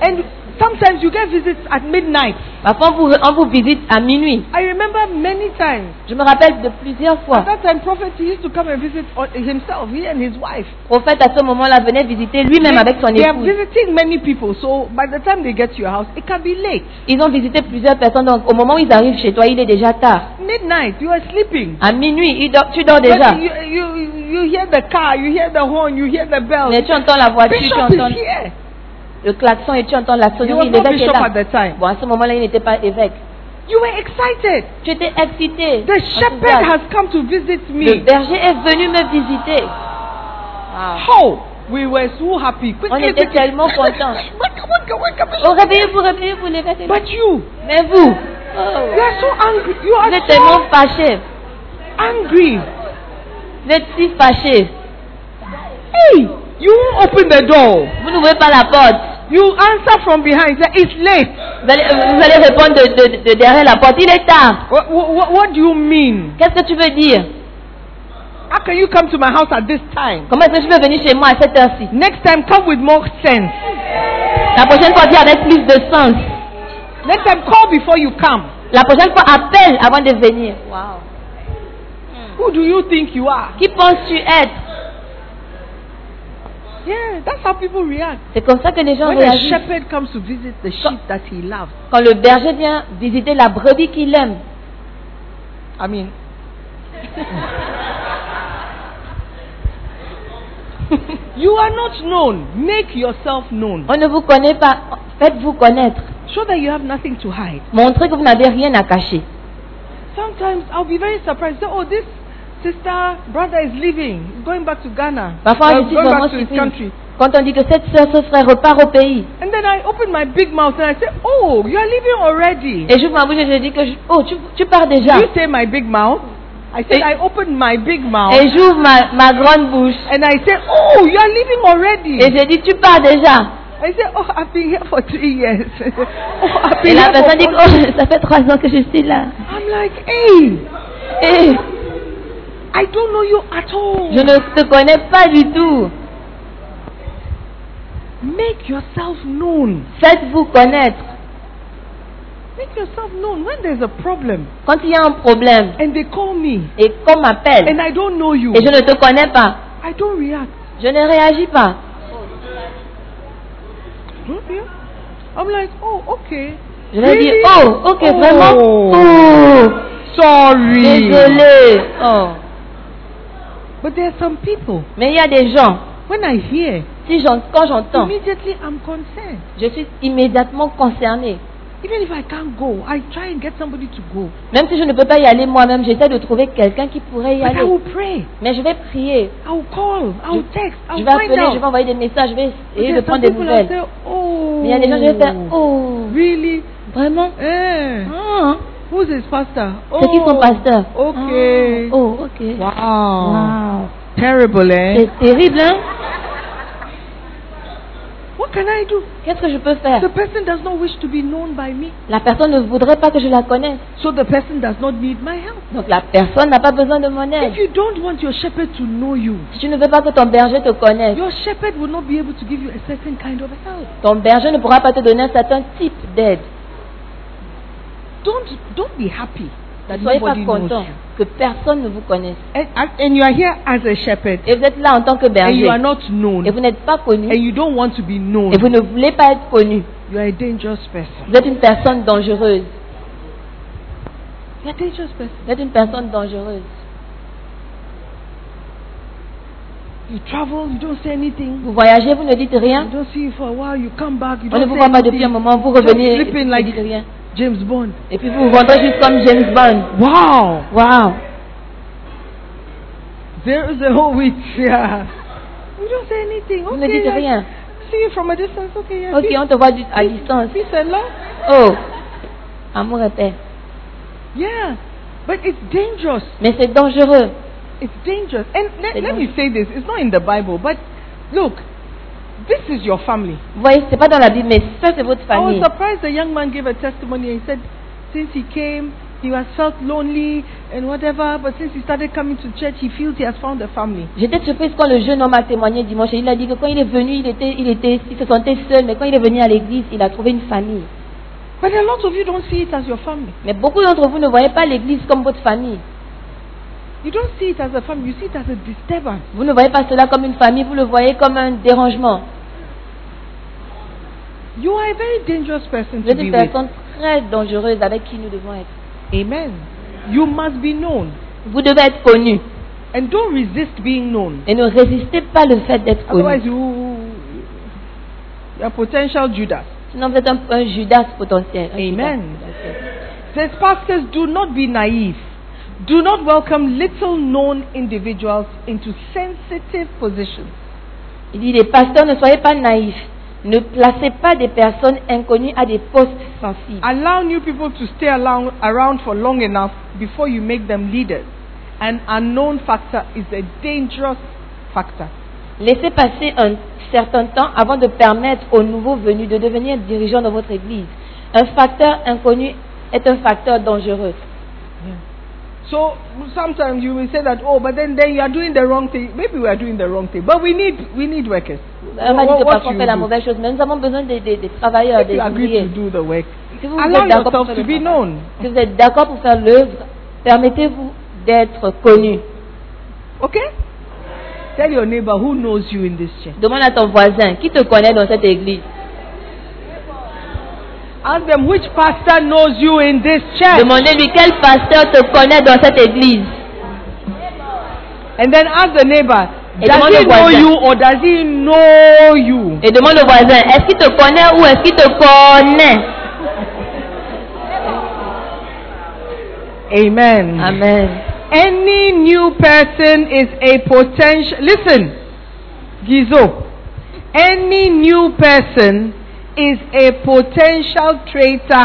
C: and sometimes you get visits at midnight.
D: Parfois, on vous, on vous visite à minuit.
C: I remember many times.
D: Je me rappelle de plusieurs
C: At
D: fois.
C: that time, prophet he used to come and visit on- himself, he and his wife.
D: prophète à ce moment-là venait visiter lui-même avec son
C: they are
D: épouse.
C: visiting many people, so by the time they get to your house, it can be late.
D: Ils ont visité plusieurs personnes, donc au moment où ils arrivent chez toi, il est déjà tard.
C: Midnight, you are sleeping.
D: À minuit, il dort- tu dors déjà.
C: But you, you, you hear the car, you hear the horn, you hear the bell.
D: Mais tu entends la voiture, tu
C: Bishop
D: entends
C: is here.
D: le klaxon et tu entends la
C: You
D: sonnerie.
C: were not
D: L'évêque est
C: bishop
D: là.
C: at the time.
D: Bon, à ce moment-là, il n'était pas évêque.
C: You were excited.
D: Tu étais excité.
C: The shepherd
D: enthousiaste.
C: has come to visit
D: Le
C: me.
D: berger est venu me visiter. Ah.
C: How? We were so happy.
D: On
C: Quickly,
D: était
C: quickly.
D: tellement contents.
C: Wake up, wake up, wake up.
D: Oh, réveillez-vous, réveillez-vous, l'évêque est là.
C: But you,
D: Mais vous,
C: you
D: oh,
C: are so angry. You
D: vous êtes
C: are
D: tellement fâchés.
C: so angry.
D: Vous êtes si fâchés.
C: Hey, you won't open the door.
D: Vous n'ouvrez pas la porte.
C: You answer from behind. Say, it's late.
D: Vous allez, vous allez répondre de, de- de derrière la porte. Il est tard.
C: What, what, what do you mean?
D: Qu'est-ce que tu veux dire
C: How can you come to my house at this time?
D: Comment est-ce que tu veux venir chez moi à cette heure-ci
C: Next time, come with more sense.
D: La prochaine fois, viens avec plus de sens.
C: Next time, call before you come.
D: La prochaine fois, appelle avant de venir.
C: Who do you think you are?
D: Qui penses-tu être
C: Yeah, that's how people react.
D: C'est comme ça que les gens
C: When a
D: réagissent.
C: shepherd comes to visit the sheep that he loves,
D: Quand le berger vient visiter la brebis qu'il aime,
C: I mean, you are not known. Make yourself known
D: on ne vous connaît pas. Faites-vous connaître.
C: so that you have nothing to hide.
D: Montrez que vous n'avez rien à cacher.
C: Sometimes I'll be very surprised. Say, oh, this sister, brother is leaving, He's going back to Ghana,
D: Parfois,
C: or
D: je suis
C: going
D: vraiment
C: back to his
D: surprise.
C: country.
D: Quand on dit que cette soeur, ce frère repart au pays,
C: And then I open my big mouth and I say, oh, you are leaving already.
D: et j'ouvre ma bouche et je dis que, je- oh, tu, tu pars déjà.
C: You say my big mouth. I said
D: Eh.
C: I opened my big mouth
D: Et j'ouvre ma, ma grande bouche.
C: and I said, Oh, you are leaving already.
D: Et je dis, tu pars déjà.
C: I said, Oh, I've been here for three years. oh, I've been
D: Et la
C: here
D: personne dit,
C: for
D: oh, ça fait trois ans que je suis là.
C: I'm like, Hey,
D: Et
C: I don't know you at all.
D: Eh, je ne te connais pas du tout.
C: Make yourself known.
D: Faites-vous connaître.
C: Make yourself known. When there's a problem
D: Quand il y a un problème
C: and they call me
D: et qu'on m'appelle
C: and I don't know you,
D: et je ne te connais pas,
C: I don't react.
D: je ne réagis pas.
C: Hmm, yeah. I'm like, Oh, okay.
D: Je vais dire,
C: Really?
D: oh, ok,
C: Oh.
D: vraiment Oh,
C: Sorry.
D: désolé. Oh.
C: But there are some people,
D: Mais il y a des gens,
C: when I hear,
D: si j'en- quand j'entends,
C: immediately I'm concerned.
D: je suis immédiatement concernée.
C: Even if I can't go, I try and get somebody to go.
D: Même si je ne peux pas y aller moi-même, j'essaie de trouver quelqu'un qui pourrait y
C: But I
D: aller.
C: will pray.
D: Mais je vais prier.
C: I will call. I will text. I
D: Je
C: will
D: vais
C: find
D: appeler, je vais
C: out.
D: envoyer des messages, je vais
C: But
D: essayer
C: there
D: de
C: are some
D: prendre des
C: people that
D: nouvelles.
C: say, oh,
D: Mais il y a des gens qui vont faire Oh,
C: Really?
D: vraiment
C: Eh.
D: Ah,
C: Who's his pastor?
D: C'est qui son
C: Oh,
D: pasteur
C: Okay.
D: Ah, Oh, ok.
C: Wow.
D: Wow.
C: Terrible, eh?
D: C'est terrible, hein
C: What can I do?
D: Qu'est-ce que je peux
C: The
D: faire
C: person does not wish to be known by me,
D: La personne ne voudrait pas que je la connaisse.
C: so the person does not need my help.
D: Donc la personne n'a pas besoin de mon
C: If
D: aide.
C: you don't want your shepherd to know you,
D: Si tu ne veux pas que ton berger te connaisse,
C: your shepherd will not be able to give you a certain kind of help.
D: ton berger ne pourra pas te donner un certain type d'aide.
C: Don't don't be happy that
D: Ne soyez pas
C: nobody knows
D: content
C: you.
D: que personne ne vous connaisse.
C: And, and- and you are here as a shepherd,
D: Et vous êtes là en tant que
C: and
D: berger.
C: you are not known,
D: Et vous n'êtes pas
C: and
D: connu.
C: you don't want to be known.
D: Et vous ne voulez pas être connu.
C: You are a dangerous person.
D: Vous êtes une personne dangereuse.
C: You are a dangerous person.
D: Vous êtes une personne dangereuse.
C: You travel, you don't say anything.
D: Vous voyagez, vous ne dites
C: You
D: rien.
C: don't see you for a while. You come back, you
D: On ne
C: don't
D: vous
C: say
D: voit pas depuis un
C: anything.
D: moment. Vous
C: Just
D: revenez et vous
C: sleeping
D: ne
C: like
D: dites rien.
C: James Bond.
D: Et puis vous vous rendez juste comme James Bond.
C: Wow,
D: Waouh!
C: there is a whole week. Yeah. You don't say anything.
D: Vous
C: Okay,
D: ne dites
C: like,
D: rien.
C: see you from a distance. Okay, yeah.
D: Ok,
C: peace-
D: on te voit du- à
C: peace-
D: distance.
C: Peace and love.
D: Oh! Amour et paix.
C: Yeah, but it's dangerous.
D: Mais c'est dangereux.
C: It's dangerous. And let,
D: It's
C: let me say this. It's not in the Bible, but look, this is your family.
D: Vous voyez, c'est pas dans la Bible, mais ça, c'est votre
C: I was
D: famille.
C: surprised the young man gave a testimony. He said, since he came, he has felt lonely and whatever, but since he started coming to church, he feels he has found a family.
D: J'étais surprise quand le jeune homme a témoigné dimanche. Il a dit que quand il est venu, il, était, il, était, il se sentait seul, mais quand il est venu à l'église, il a trouvé une famille.
C: But a lot of you don't see it as your family.
D: Mais beaucoup d'entre vous ne voyez pas l'église comme votre famille.
C: You don't see it as a family. You see it as a disturbance.
D: Vous ne voyez pas cela comme une famille, vous le voyez comme un dérangement.
C: You are a very dangerous person
D: Vous êtes
C: to be
D: une
C: with.
D: personne très dangereuse avec qui nous devons être.
C: Amen. You must be known.
D: Vous devez être connu
C: And don't resist being known.
D: et ne résistez pas le fait d'être
C: Otherwise,
D: connu.
C: you, you are potential Judas.
D: Sinon, vous êtes un, un Judas potentiel. un
C: Amen.
D: Judas potentiel.
C: Says pastors, do not be naive. Do not welcome little known individuals into sensitive positions.
D: Il dit les pasteurs, ne soyez pas naïfs. Ne placez pas des personnes inconnues à des postes sensibles.
C: Allow new people to stay along, around for long enough before you make them leaders. An unknown factor is a dangerous factor.
D: Laissez passer un certain temps avant de permettre aux nouveaux venus de devenir dirigeants dans votre église. Un facteur inconnu est un facteur dangereux.
C: So sometimes you will say that, oh, but then, then you are doing the wrong thing. Maybe we are doing the wrong thing, but we need we need workers.
D: On va
C: What-
D: dire que
C: what
D: parce
C: you
D: qu'on fait la
C: do?
D: mauvaise chose, mais nous avons besoin des, des- des travailleurs,
C: If
D: des
C: you agree
D: ouvriers.
C: to do the work,
D: Si vous,
C: allow
D: êtes d'accord pour
C: yourself
D: faire
C: to
D: le
C: be
D: travail,
C: known.
D: si vous êtes d'accord pour faire l'œuvre, permettez-vous d'être connu.
C: Okay? Tell your neighbor who knows you in this church.
D: Demande à ton voisin qui te connaît dans cette église.
C: Ask them which pastor knows you in this church.
D: Demandez-lui quel pasteur te connaît dans cette église.
C: And then ask the neighbor,
D: Et
C: does
D: demande
C: he
D: au
C: know
D: voisin.
C: you or does he know you?
D: Et demande au voisin, est-ce qu'il te connaît ou est-ce qu'il te connaît
C: Amen.
D: Amen.
C: Any new person is a potential. Listen, Gizo. Any new person is a potential traitor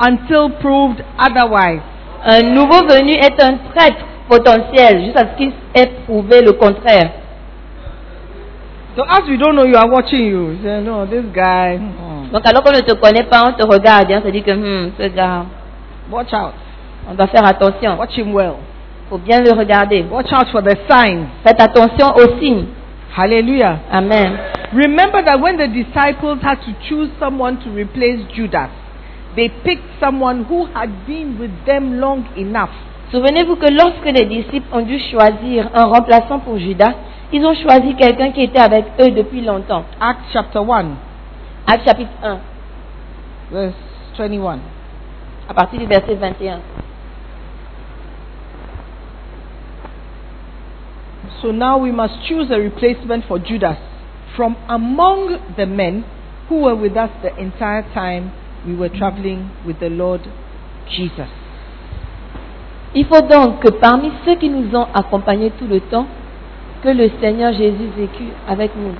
C: until proved otherwise.
D: Un nouveau venu est un traître potentiel jusqu'à ce qu'il ait prouvé le contraire.
C: So as we don't know, you are watching you. You say, no, this guy. hmm,
D: Donc alors qu'on ne te connaît pas, on te regarde et on se dit que Hmm, ce gars,
C: Watch out.
D: on doit faire attention.
C: Watch him well.
D: faut bien le regarder.
C: Watch out for the signs.
D: Faites attention aux signes.
C: Hallelujah.
D: Amen.
C: Remember that when the disciples had to choose someone to replace Judas, they picked someone who had been with them long enough.
D: Souvenez-vous que lorsque les disciples ont dû choisir un remplaçant pour Judas, ils ont choisi quelqu'un qui était avec eux depuis longtemps.
C: Acts chapter 1,
D: Acte chapitre 1,
C: verse 21.
D: à partir du verset 21.
C: So now we must choose a replacement for Judas from among the men who were with us the entire time we were traveling with the Lord Jesus.
D: Il faut donc que parmi ceux qui nous ont accompagnés tout le temps, que le Seigneur Jésus vécu avec nous.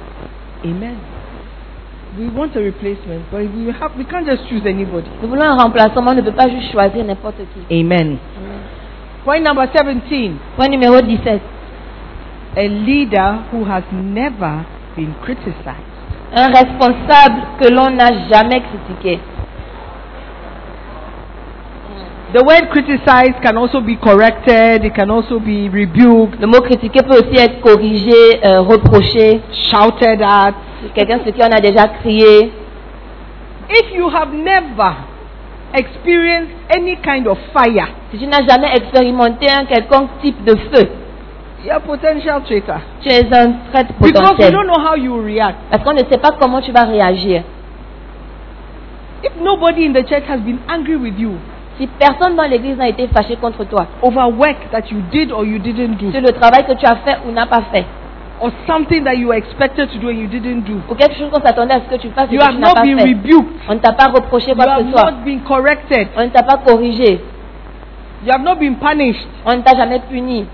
C: Amen. We want a replacement, but we, have, we can't just choose anybody.
D: Nous voulons un remplaçant, mais on ne peut pas juste choisir n'importe qui.
C: Amen. Point number 17.
D: Point numéro 17.
C: A leader who has never been criticized.
D: Un responsable que l'on n'a jamais critiqué.
C: The word criticized can also be corrected, it can also be rebuked,
D: Le mot critiquer peut aussi être corrigé, euh, reproché.
C: shouted at.
D: Quelqu'un sur qui on a déjà crié.
C: If you have never experienced any kind of fire,
D: Si tu n'as jamais expérimenté un quelconque type de feu,
C: you're a potential traitor.
D: tu es un traître
C: Because you
D: potentiel.
C: don't know how you react.
D: Parce qu'on ne sait pas comment tu vas réagir.
C: If nobody in the church has been angry with you
D: Si personne dans l'église n'a été fâché contre toi,
C: over work that you did or you didn't do,
D: sur le travail que tu as fait ou n'as pas fait,
C: or something that you were expected to do and you didn't do,
D: ou quelque chose qu'on s'attendait à ce que tu fasses et
C: you
D: que
C: have
D: tu n'as
C: not
D: pas
C: been
D: fait,
C: rebuked,
D: on ne t'a pas reproché
C: you
D: quoi que
C: have
D: ce soit,
C: not been corrected,
D: on ne t'a pas corrigé,
C: you have not been punished,
D: on ne t'a jamais puni.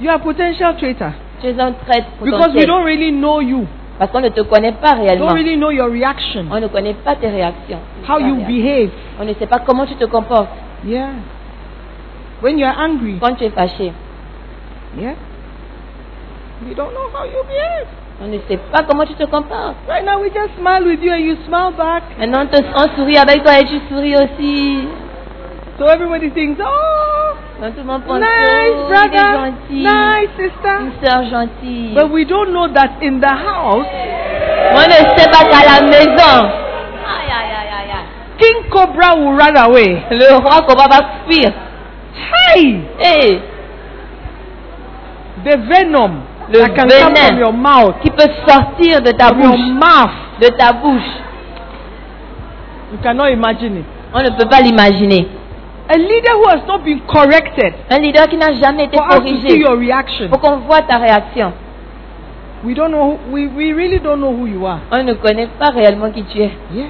C: you are a potential traitor.
D: Tu es un traître
C: Because we
D: potentiel.
C: don't really know you,
D: Parce qu'on ne te connaît pas réellement.
C: don't really know your reaction,
D: On ne connaît pas tes réactions.
C: how
D: Ta
C: you
D: réaction.
C: behave.
D: On ne sait pas comment tu te comportes
C: Yeah. When you're angry,
D: quand tu es fâché.
C: yeah. We don't know how you behave.
D: On ne sait pas comment tu te comportes.
C: Right now we just smile with you and you smile back.
D: Maintenant, on, te- on sourit avec toi et tu souris aussi.
C: So everybody thinks, oh,
D: Donc, tout le monde pense
C: nice
D: oh, il est
C: brother,
D: gentil,
C: nice
D: une
C: sister.
D: sœur gentille.
C: But we don't know that in the house,
D: On ne sait pas qu'à la maison. Aïe, aïe, aïe, aïe, aïe.
C: King Cobra will run away.
D: Le roi qu'on va pas fuir. Eh,
C: Hey,
D: Hey,
C: the venom
D: Le
C: that can come
D: venin.
C: from your mouth,
D: qui peut sortir de ta
C: from your
D: bouche,
C: mouth,
D: de ta bouche.
C: you cannot imagine it.
D: On ne peut pas l'imaginer.
C: A leader who has not been corrected
D: Un leader qui n'a jamais été
C: for us to see
D: corrigé.
C: your reaction.
D: Faut qu'on voit ta réaction.
C: We don't know. Who, we we really don't know who you are.
D: On ne connaît pas réellement qui tu es.
C: Yeah.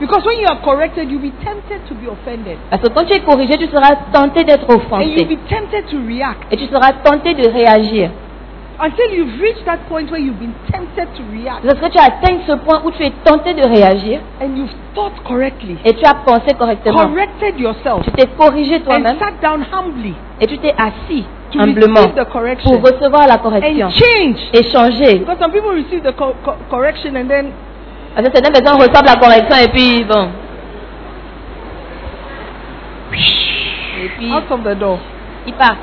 C: Because when you are corrected, you'll be tempted to be offended,
D: Parce que quand tu es corrigé, tu seras tenté d'être
C: and you'll
D: offensé.
C: be tempted to react
D: Et tu seras tenté de réagir.
C: until you've reached that point where you've been tempted to react,
D: Lorsque tu atteignes ce point où tu es tenté de réagir
C: and you've thought correctly,
D: et tu as pensé correctement,
C: corrected yourself,
D: tu t'es corrigé
C: and
D: toi-même
C: sat down humbly
D: et tu t'es assis
C: to
D: humblement
C: receive the
D: pour
C: correction
D: recevoir la correction
C: and change.
D: et changer.
C: Because some people receive the co- co- correction and then
D: Parce que certaines personnes reçoivent la correction et puis bon. Et puis
C: out of the door.
D: ils partent.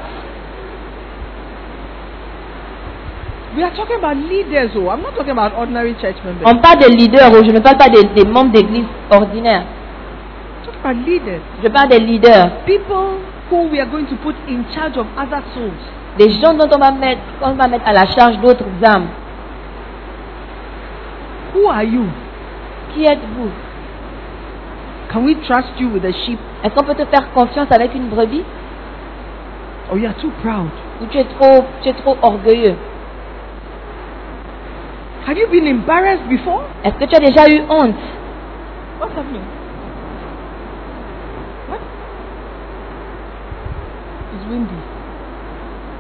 C: We are talking about leaders, oh, I'm not talking about ordinary church members.
D: On parle de leaders, oh, je ne parle pas des, des membres d'église ordinaires.
C: I'm talking about leaders,
D: Je parle des leaders,
C: people who we are going to put in charge of other souls.
D: des gens dont on va mettre, qu'on va mettre à la charge d'autres âmes.
C: Who are you?
D: Qui êtes-vous
C: Can we trust you with the sheep?
D: Est-ce qu'on peut te faire confiance avec une brebis
C: Or you are too proud?
D: ou tu es trop, tu es trop orgueilleux
C: Have you been embarrassed before?
D: Est-ce que tu as déjà eu honte
C: What's happening? What? It's windy.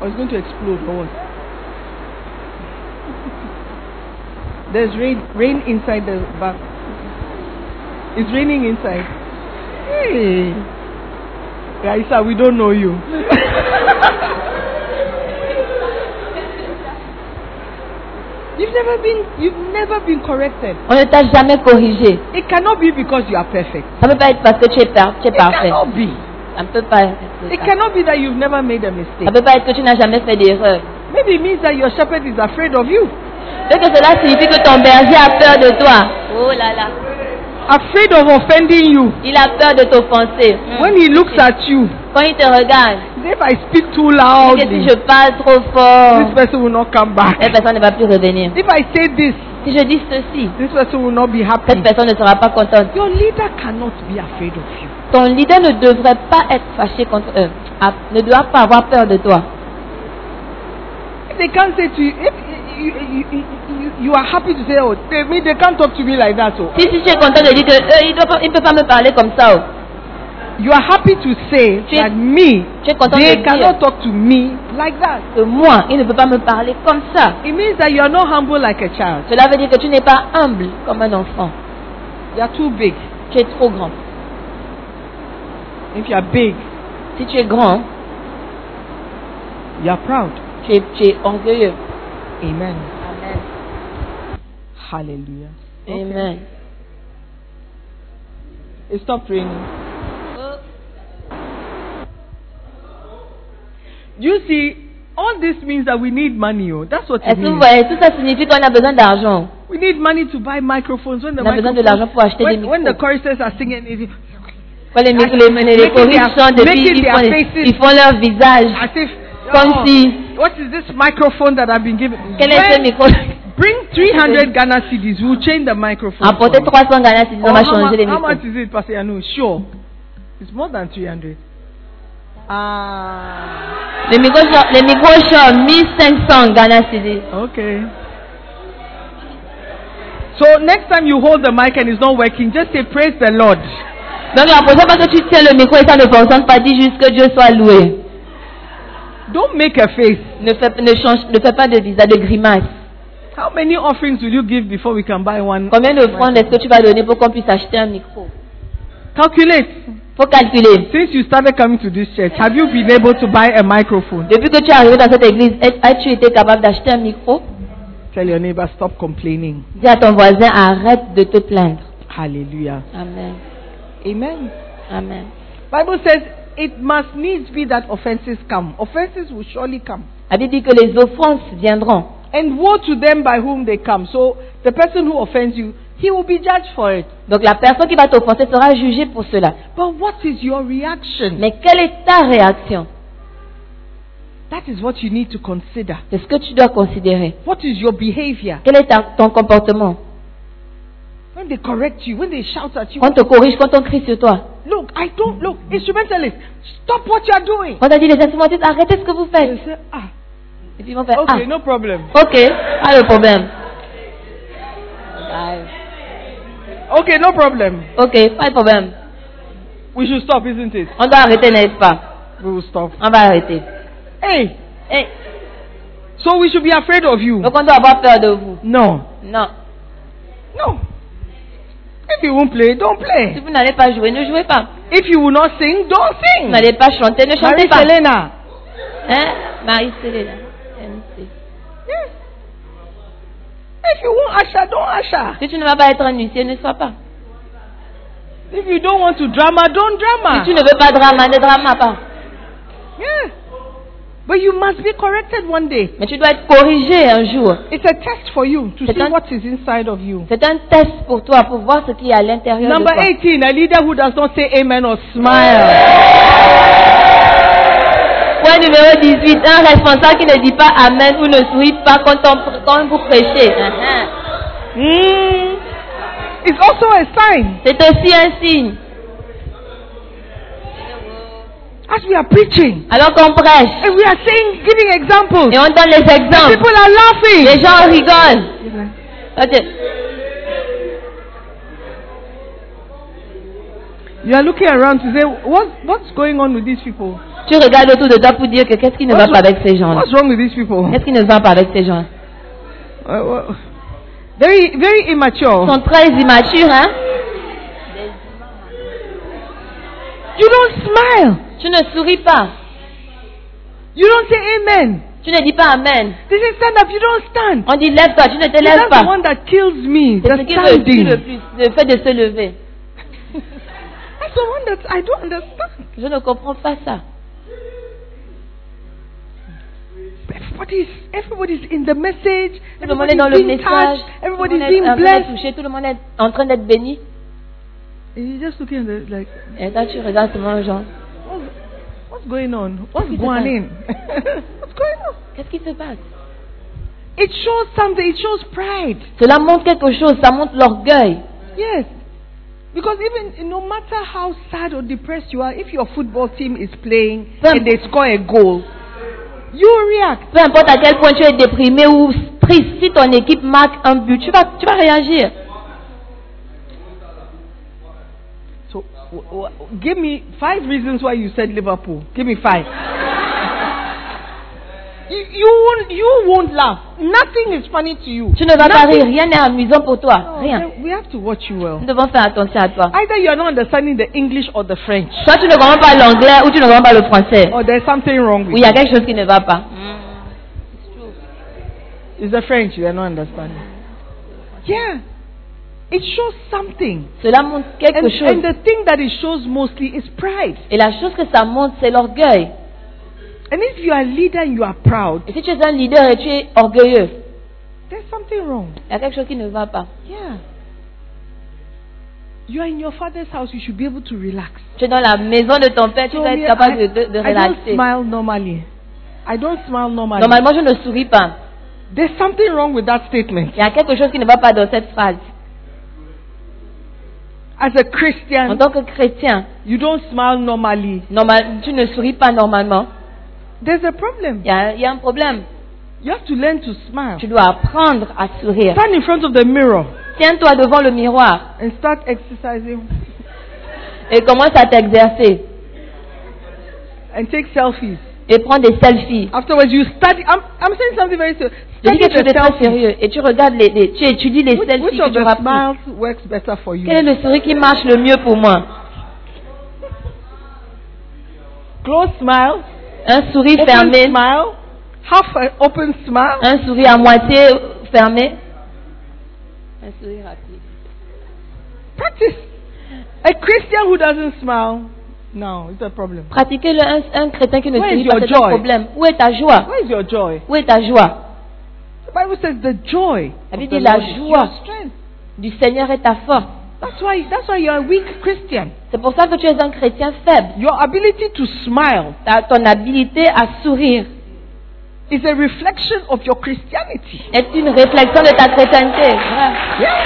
C: Or it's going to explode or what? There's rain rain inside the bath. It's raining inside. Hey. Raisa, we don't know you. you've never been you've never been corrected.
D: On ne t'a jamais corrigé.
C: It cannot be because you are perfect.
D: Ça ne peut pas être parce que tu es, par- tu es
C: It
D: parfait.
C: cannot be.
D: Ça ne peut pas être
C: It
D: ça.
C: cannot be that you've never made a
D: Ça ne
C: mistake.
D: peut pas être que tu n'as jamais fait d'erreur.
C: Maybe it means that your shepherd is afraid of you,
D: Peut-être que cela signifie que ton berger a peur de toi. Oh là là.
C: afraid of offending you.
D: Il a peur de t'offenser. Hmm.
C: When he looks at you,
D: Quand il te regarde,
C: if I speak too
D: il dit que
C: loudly,
D: si je parle trop
C: this
D: fort,
C: person will not come back.
D: cette personne ne va plus revenir.
C: If I say this,
D: Si je dis ceci,
C: this person will not be happy.
D: cette personne ne sera pas contente.
C: Your leader cannot be afraid of you.
D: Ton leader ne devrait pas être fâché contre eux, a- ne doit pas avoir peur de toi.
C: If they can't say to you, if you, you, you- you, you are happy to say, oh, they, me, they can't talk to me like that. Oh.
D: Si, si tu es content de dire que eux, ils doivent pas- ils ne peuvent pas me parler comme ça, oh.
C: You are happy to say
D: Tu es-
C: that me,
D: tu es content
C: they
D: de
C: cannot
D: dire
C: talk to me like that.
D: que moi, ils ne peuvent pas me parler comme ça.
C: It means that you are not humble like a child.
D: Cela veut dire que tu n'es pas humble comme un enfant.
C: You are too big.
D: Tu es trop grand.
C: If you are big,
D: Si tu es grand,
C: you are proud.
D: tu es, tu es orgueilleux.
C: Amen.
D: Amen.
C: Hallelujah.
D: Amen.
C: It stopped raining. You see, all this means that we need money. Oh. That's what
D: Est-ce
C: it
D: que vous
C: means.
D: voyez, tout ça signifie qu'on a besoin d'argent.
C: We need money to buy microphones. When the,
D: On a besoin de l'argent pour acheter des
C: when, when the
D: micros.
C: choristers are singing, it,
D: Quand les, les, les
C: Making their-
D: choristes chantent et puis
C: making
D: ils
C: their
D: font, les-
C: faces.
D: ils font leur visage.
C: as if,
D: Comme
C: oh,
D: si-
C: what is this microphone that I've been given?
D: Quel est ce
C: When-
D: micro
C: Bring 300 Ghana CDs. We'll change the microphone.
D: Apportez
C: for you.
D: 300 Ghana cedis,
C: Or
D: on va
C: Oh, how, mu-
D: changer les
C: how
D: micros.
C: much is it, Pastor Yanu? Sure. It's more than 300. Ah,
D: Les micros sont, les micros sont 1500 Ghana cedis.
C: okay. So next time you hold the mic and it's not working, just say praise the Lord.
D: Donc la prochaine fois que tu tiens le micro et ça ne fonctionne pas, dis juste que Dieu soit loué.
C: Don't make a face.
D: Ne fais, ne change, ne fais pas de visage, de grimace.
C: How many offerings will you give before we can buy one?
D: Combien d'offrandes est-ce que tu vas donner pour qu'on puisse acheter un micro
C: Calculate.
D: Faut calculer.
C: Since you started coming to this church, have you been able to buy a microphone?
D: Depuis que tu es arrivé dans cette église, est- as-tu été capable d'acheter un micro
C: Tell your neighbor, stop complaining.
D: Dis à ton voisin, arrête de te plaindre.
C: Hallelujah.
D: Amen.
C: Amen.
D: Amen.
C: Bible says it must needs be that offenses come. Offenses will surely come.
D: La Bible dit que les offenses viendront.
C: And woe to them by whom they come. So the person who offends you, he will be judged for it.
D: Donc la personne qui va t'offenser sera jugée pour cela.
C: But what is your reaction?
D: Mais quelle est ta réaction
C: That is what you need to consider.
D: C'est ce que tu dois considérer.
C: What is your behavior?
D: Quel est ta- ton comportement
C: When they correct you, when they shout at you,
D: Quand on te corrige, quand on crie sur toi.
C: look, I don't look, instrumentalist, stop what you are doing.
D: Quand on dit les instrumentistes, arrêtez ce que vous
C: They
D: faites.
C: say, ah,
D: Et puis ils vont faire
C: okay,
D: Ah,
C: no problem.
D: ok, pas de problème.
C: Okay, no problem.
D: Ok, pas de problème.
C: We should stop, isn't it?
D: On doit arrêter, n'est-ce pas
C: We will stop.
D: On va arrêter.
C: Hey,
D: Eh,
C: so we should be afraid of you?
D: donc on doit avoir peur de vous.
C: No.
D: Non.
C: No. If you won't play, don't
D: Si
C: play.
D: vous n'allez pas jouer, ne jouez pas.
C: If you will not sing, don't
D: Si vous
C: sing.
D: n'allez pas chanter, ne
C: Marie
D: chantez pas.
C: Selena.
D: Hein Marie-Célène. MC.
C: Yes. If you won't usher, don't usher.
D: Si tu ne vas pas être un huissier, ne sois pas.
C: If you don't want to drama, don't
D: Si
C: drama.
D: tu ne veux pas drama, ne drama pas.
C: Yeah. But you must be corrected one day.
D: Mais tu dois être corrigé un jour.
C: It's a test for you to
D: C'est
C: see
D: un-
C: what is inside of you.
D: C'est un test pour toi, pour voir ce qu'il y a à l'intérieur
C: Number
D: de toi.
C: 18, a leader who does not say amen or smile.
D: Point numéro 18, un responsable qui ne dit pas Amen ou ne sourit pas quand, on- quand vous prêchez. Uh-huh.
C: Mm. It's also a sign.
D: C'est aussi un signe.
C: As we are preaching
D: Alors qu'on prêche
C: and we are saying, giving examples,
D: et on donne les exemples,
C: people are laughing.
D: les gens rigolent. Ok.
C: You are looking around to say, what, what's going on with these people?
D: Tu regardes autour de toi pour dire que qu'est-ce qui ne va
C: What's,
D: pas avec ces gens-là.
C: what's wrong with these people?
D: Qu'est-ce qui ne va pas avec ces gens
C: Uh, well, very, very immature.
D: Ils sont très immatures, hein
C: You don't smile.
D: Tu ne souris pas.
C: You don't say amen.
D: Tu ne dis pas Amen.
C: They say stand up. You don't stand.
D: On dit lève-toi, tu ne te lèves
C: That's the
D: pas.
C: one that kills me.
D: C'est
C: The
D: ce qui me tue le
C: standing.
D: plus, le fait de se lever.
C: That's the one that I don't understand.
D: Je ne comprends pas ça.
C: Everybody's, everybody's in the message.
D: Tout le monde est
C: Everybody's
D: dans le
C: being
D: message.
C: touched.
D: Tout le monde
C: Everybody's
D: est
C: being
D: en train d'être
C: blessed.
D: touché. Tout le monde est en train d'être béni.
C: And You're just looking at the, like,
D: Et toi, tu regardes seulement les gens.
C: what's, what's going on? What's
D: What's
C: going
D: going
C: in? what's going on?
D: Qu'est-ce qui se passe
C: It shows something. It shows pride.
D: Cela montre quelque chose. Ça montre l'orgueil.
C: Yes. Because even no matter how sad or depressed you are, if your football team is playing
D: Pam.
C: and they score a goal, you react.
D: Peu importe à quel point tu es déprimé ou triste, si ton équipe marque un but, tu vas, tu vas réagir.
C: So, w- w- give me five reasons why you said Liverpool. Give me five. you, you won't. You won't laugh. Nothing is funny to you.
D: Tu ne vas pas
C: Nothing-
D: rire. Rien n'est amusant pour toi.
C: Oh,
D: Rien.
C: then We have to watch you well.
D: Nous devons faire attention à toi.
C: Either you are not understanding the English or the French,
D: Soit tu ne comprends pas l'anglais ou tu ne comprends pas le français.
C: or there's something wrong
D: Ou
C: with
D: il y a quelque chose qui ne va pas.
C: you. It's the French you are not understanding. Yeah, it shows something.
D: Cela montre quelque
C: And, and
D: chose.
C: the thing that it shows mostly is pride.
D: Et la chose que ça montre, c'est l'orgueil.
C: And if you are a leader and you are proud,
D: Et si tu es un leader et tu es orgueilleux,
C: There's something wrong.
D: Il y a quelque chose qui ne va pas.
C: Yeah. You are in your father's house, you should be able to relax.
D: Tu es dans la maison de ton père, tu
C: So
D: dois
C: me,
D: être capable
C: I,
D: de, de- de
C: I don't
D: relaxer.
C: smile normally. I don't smile normally.
D: Normalement, je ne souris pas.
C: There's something wrong with that statement.
D: Il y a quelque chose qui ne va pas dans cette phrase.
C: As a
D: En
C: Christian,
D: tant que chrétien,
C: you don't smile normally.
D: normal, tu ne souris pas normalement.
C: There's a problem.
D: Il y a, il y a un problème.
C: You have to learn to smile.
D: Tu dois apprendre à sourire.
C: Stand in front of the mirror
D: Tiens-toi devant le miroir
C: and start exercising
D: et commence à t'exercer
C: and take selfies.
D: et prends des selfies.
C: Afterwards, you study. I'm, I'm saying something very serious.
D: Je dis
C: Study
D: que tu es
C: the
D: très
C: selfies.
D: sérieux et tu regardes les, les- tu étudies les
C: Which,
D: selfies
C: which
D: que
C: of
D: tu
C: the
D: auras prises.
C: smiles works better for you?
D: Quel est le sourire qui marche le mieux pour moi
C: Closed smile,
D: Un sourire
C: open
D: fermé,
C: smile, half an open smile.
D: un sourire à moitié fermé, un sourire rapide.
C: Practice. A Christian who doesn't smile, no, it's a problem.
D: Pratiquez-le un, un chrétien qui ne
C: Where
D: sourit
C: is
D: pas,
C: your
D: c'est un
C: joy?
D: problème. Où est ta joie
C: Where is your joy?
D: Où est ta joie
C: The Bible says the joy.
D: La
C: of
D: Bible
C: the
D: dit la
C: Lord is your
D: joie
C: strength.
D: du Seigneur est ta force.
C: That's why that's why you're a weak Christian.
D: C'est pour ça que tu es un chrétien faible.
C: Your ability to smile
D: Ta- ton habilité à sourire
C: is a reflection of your Christianity.
D: est une réflexion de ta chrétienté.
C: Yeah.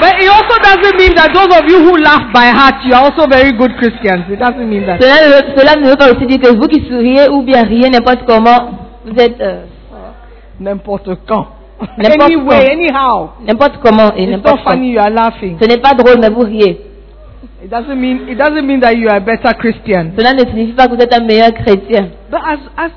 C: But it also doesn't mean that those of you who laugh by heart, you are also very good Christians. It doesn't mean that.
D: Cela, ne- cela ne veut pas aussi dire que vous qui souriez ou bien riez n'importe comment, vous êtes euh,
C: N'importe quand.
D: N'importe
C: Anyway,
D: quand.
C: anyhow.
D: n'importe comment et
C: It's
D: n'importe
C: not
D: quoi.
C: funny you are laughing.
D: Ce n'est pas drôle, mais vous riez.
C: It doesn't mean it doesn't mean that you are a better Christian.
D: Cela ne signifie pas que vous êtes un meilleur chrétien.
C: But as as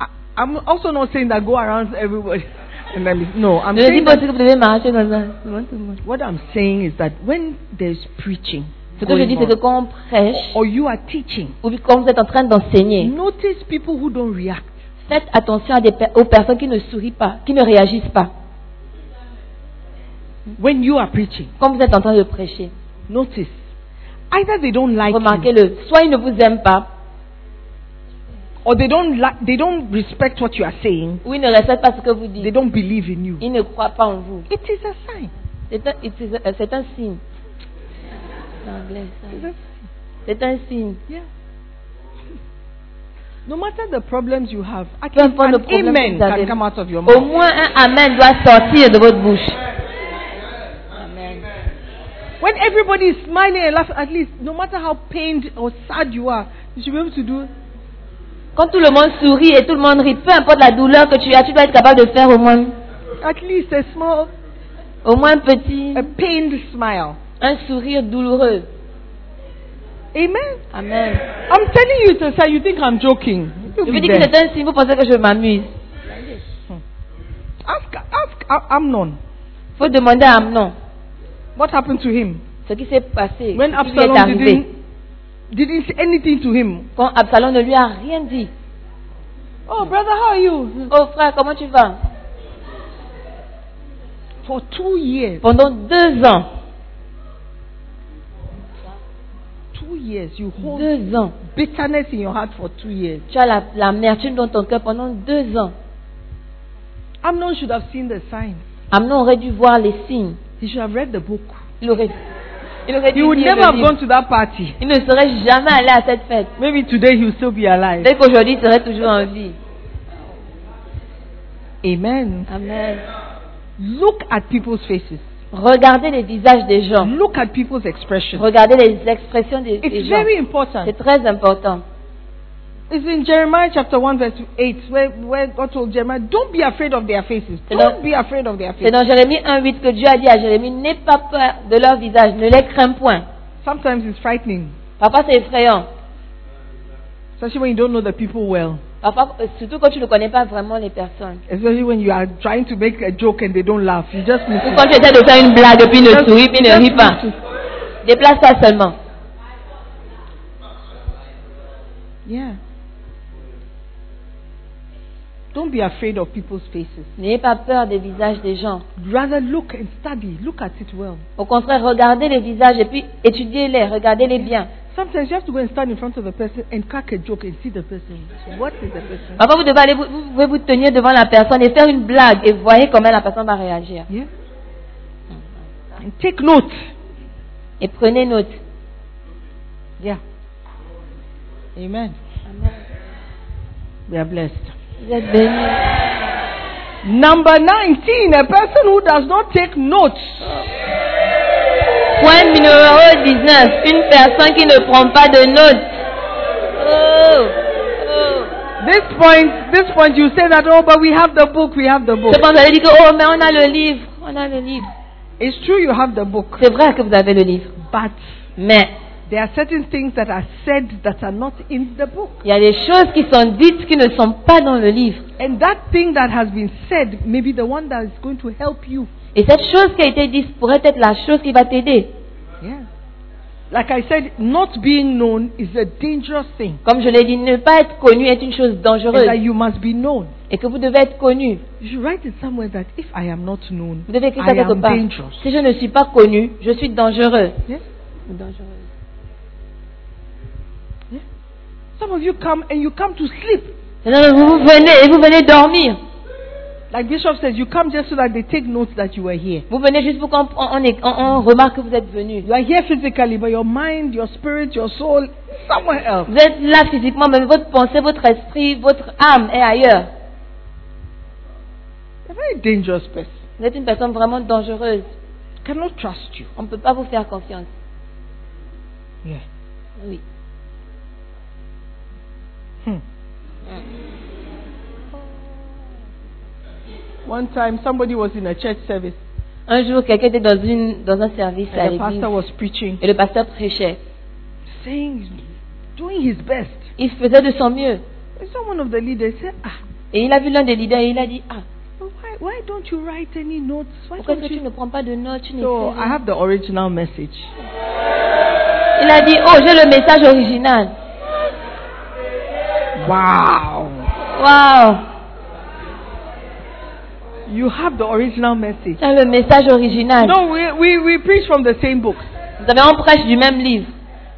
C: I, I'm also not saying that go around everybody. And let me, no, I'm
D: Je ne dis
C: saying
D: pas
C: that
D: aussi que vous devez marcher dans un... devant tout le monde.
C: what I'm saying is that when there's preaching,
D: Ce que je
C: going
D: dis, c'est
C: on,
D: que quand on prêche,
C: or you are teaching,
D: ou quand vous êtes en train d'enseigner,
C: notice people who don't react.
D: faites attention à des pe- aux personnes qui ne sourient pas, qui ne réagissent pas.
C: When you are preaching,
D: Quand vous êtes en train de prêcher,
C: notice either they don't like you,
D: remarquez-le. Soit ils ne vous aiment pas,
C: or they don't like, they don't respect what you are saying.
D: ou ils ne respectent pas ce que vous
C: They
D: dites.
C: don't believe in you.
D: Ils ne croient pas en vous.
C: It is a sign.
D: C'est un, it is a- c'est un signe. C'est en anglais, ça. C'est un signe.
C: Yeah. No matter the problems you have, at
D: Peu
C: least
D: importe le
C: an
D: problème que
C: amen
D: vous avez,
C: can come out of your
D: au
C: mouth.
D: moins un Amen doit sortir de votre bouche.
C: When everybody is smiling and laughing, at least no matter how pained or sad you are, you should be able to do.
D: Quand tout le monde sourit et tout le monde rit, peu importe la douleur que tu as, tu dois être capable de faire au moins,
C: At least a small,
D: au moins un petit,
C: a pained smile.
D: un sourire douloureux.
C: Amen.
D: Amen.
C: I'm telling you, it's a sign. You think I'm joking? You'll
D: Je vous
C: be
D: dis que
C: there.
D: c'est un signe, vous pensez que je m'amuse.
C: Ask, ask Am- Amnon.
D: Faut demander à Amnon
C: What happened to him
D: ce qui s'est passé,
C: when
D: ce qui lui est
C: Absalom
D: arrivé.
C: didn't didn't say anything to him?
D: Quand Absalom ne lui a rien dit.
C: Oh, brother, how are you?
D: Oh frère, comment tu vas
C: For two years,
D: Pendant deux ans,
C: two years, you hold
D: deux ans,
C: bitterness in your heart for two years.
D: tu as la- l'amertume dans ton cœur pendant deux ans.
C: Amnon should have seen the signs.
D: Amnon aurait dû voir les signes.
C: He should have read the book.
D: Il aurait, il aurait
C: He
D: dû
C: would
D: lire
C: never
D: le
C: have
D: livre.
C: gone to that party.
D: Il ne serait jamais allé à cette fête.
C: Maybe today he'll still be alive.
D: Dès qu'aujourd'hui, il serait toujours en vie.
C: Amen.
D: Amen.
C: Look at people's faces.
D: Regardez les visages des gens.
C: Look at people's expressions.
D: Regardez les expressions des, des
C: It's
D: gens.
C: very
D: C'est
C: important.
D: très important.
C: It's in Jeremiah chapter 1 verse 8 where, where God told Jeremiah, don't be afraid of their faces.
D: C'est dans-
C: Don't be afraid of their
D: C'est
C: faces.
D: dans Jérémie 1.8 que Dieu a dit à Jérémie, n'aie pas peur de leur visage, ne les crains point.
C: Sometimes it's frightening,
D: Papa, c'est effrayant.
C: especially when you don't know the people well.
D: Papa, euh, surtout quand tu ne connais pas vraiment les personnes.
C: Especially when you are trying to make a joke and they don't laugh. You just miss
D: Ou
C: it.
D: quand tu essaies de faire une blague, puis ne
C: Just-
D: souris, puis ne
C: just
D: ris pas.
C: miss it.
D: Déplace-toi seulement.
C: Yeah. Don't be afraid of people's faces.
D: N'ayez pas peur des visages des gens.
C: Rather look and study. Look at it well.
D: Au contraire, regardez les visages et puis étudiez-les, regardez-les bien.
C: Sometimes you have to go and stand in front of the person and crack a joke and see the person. What is the person?
D: Parfois, vous devez aller, vous, vous pouvez vous tenir devant la personne et faire une blague et voyez comment la personne va réagir.
C: Yeah. And take note.
D: Et prenez note.
C: Yeah. Amen. We are blessed.
D: Vous êtes bénis.
C: Number 19, a person who does not take notes.
D: Point numéro 19. Une personne qui ne prend pas de notes. Oh, oh.
C: This point, this point, you say that, oh, but we have the book, we have the book.
D: Je pense que vous allez dire que, oh, mais on a le livre. On a le livre.
C: It's true you have the book,
D: C'est vrai que vous avez le livre.
C: but
D: Mais
C: there are certain things that are said that are not in the book.
D: il y a des choses qui sont dites qui ne sont pas dans le livre.
C: And that thing that has been said may be the one that is going to help you.
D: Et cette chose qui a été dite pourrait être la chose qui va t'aider.
C: Yeah. Like I said, not being known is a dangerous thing.
D: Comme je l'ai dit, ne pas être connu est une chose
C: And that
D: dangereuse.
C: you must be known.
D: Et que vous devez être connu.
C: You should write it somewhere that if I am not known,
D: Vous devez écrire
C: I
D: ça quelque
C: am
D: part.
C: dangerous.
D: Si je ne suis pas connu, je suis dangereux.
C: Yeah?
D: Dangereuse.
C: Some of you come and you come to sleep.
D: Non, non, vous, vous venez et vous venez dormir.
C: Like Bishop says, you come just so that they take notes that you are here.
D: Vous venez juste pour qu'on on, on est- on- on remarque que vous êtes venu.
C: You are here physically, but your mind, your spirit, your soul, somewhere else.
D: Vous êtes là physiquement, mais votre pensée, votre esprit, votre âme est ailleurs.
C: A very dangerous person.
D: Vous êtes une personne vraiment dangereuse.
C: Cannot trust you.
D: On ne peut pas vous faire confiance.
C: Yeah.
D: Oui.
C: Hmm. One time, somebody was in a church service,
D: Un jour, quelqu'un était dans, une, dans un service à
C: and the
D: l'église
C: pastor was preaching,
D: et le pasteur prêchait.
C: saying, doing his best.
D: Il faisait de son mieux.
C: And so one of the leaders said, "Ah,
D: Et il a vu l'un des leaders et il a dit Ah,
C: but why, why don't you write any notes? Why
D: pourquoi
C: don't
D: est-ce que tu ne
C: you?"
D: prends pas de notes tu n'écris
C: So I
D: rien
C: have the original message.
D: Il a dit Oh, j'ai le message original.
C: Wow!
D: Waouh
C: You have the original message.
D: Tu as le message original.
C: No, we, we, we preach from the same book.
D: Vous savez, on prêche du même livre.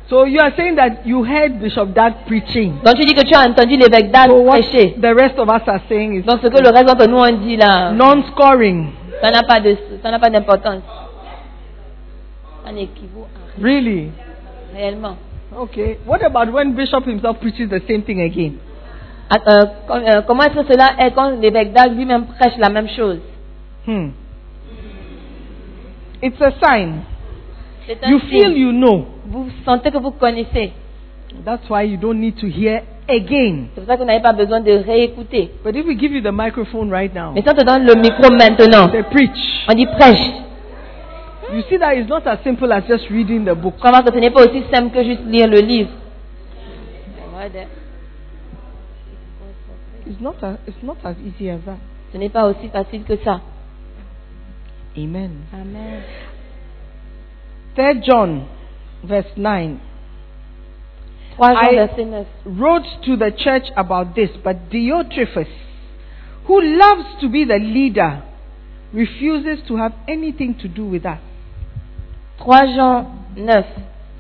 C: So you are saying that you heard Bishop Dad preaching.
D: Donc tu dis que tu as entendu l'évêque d'Anne
C: So what
D: prêcher.
C: the rest of us are saying is
D: Donc ce que le reste d'entre nous on dit là,
C: non-scoring.
D: ça n'a pas de, ça n'a pas d'importance. Ça n'équivaut à rien,
C: Really?
D: réellement.
C: Okay. What about when Bishop himself preaches the same thing again?
D: Ah, euh, com- euh, comment est-ce que cela est quand l'évêque d'Anne lui-même prêche la même chose
C: Hmm. It's a sign.
D: C'est un
C: You
D: signe.
C: feel you know.
D: Vous sentez que vous connaissez.
C: That's why you don't need to hear again.
D: C'est pour ça que vous n'avez pas besoin de réécouter.
C: But if we give you the microphone right now,
D: Mais si on te donne le micro maintenant,
C: they preach.
D: on dit prêche.
C: You see that it's not as simple as just reading the book.
D: Comment que ce n'est pas aussi simple que juste lire le livre
C: It's not, a, it's not as easy as that.
D: Ce n'est pas aussi facile que ça.
C: Amen.
D: Amen.
C: Third John, verse 9.
D: 3 Jean,
C: I-
D: verset 9.
C: wrote to the church about this, but Diotrephes, who loves to be the leader, refuses to have anything to do with us.
D: 3 Jean 9.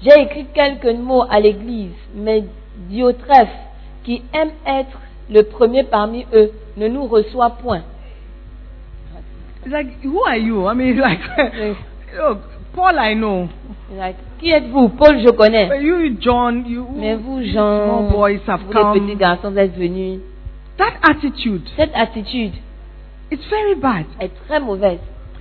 D: J'ai écrit quelques mots à l'église, mais Diotrephe, qui aime être le premier parmi eux, ne nous reçoit point.
C: It's like, who are you? I mean, like, look, Paul, I know,
D: Il a dit, Qui êtes-vous Paul, je connais.
C: but you, John, you,
D: Mais vous,
C: small
D: Jean, vous les
C: boys have come.
D: petits garçons, vous êtes venus.
C: That attitude,
D: Cette attitude
C: it's very bad.
D: est très mauvaise.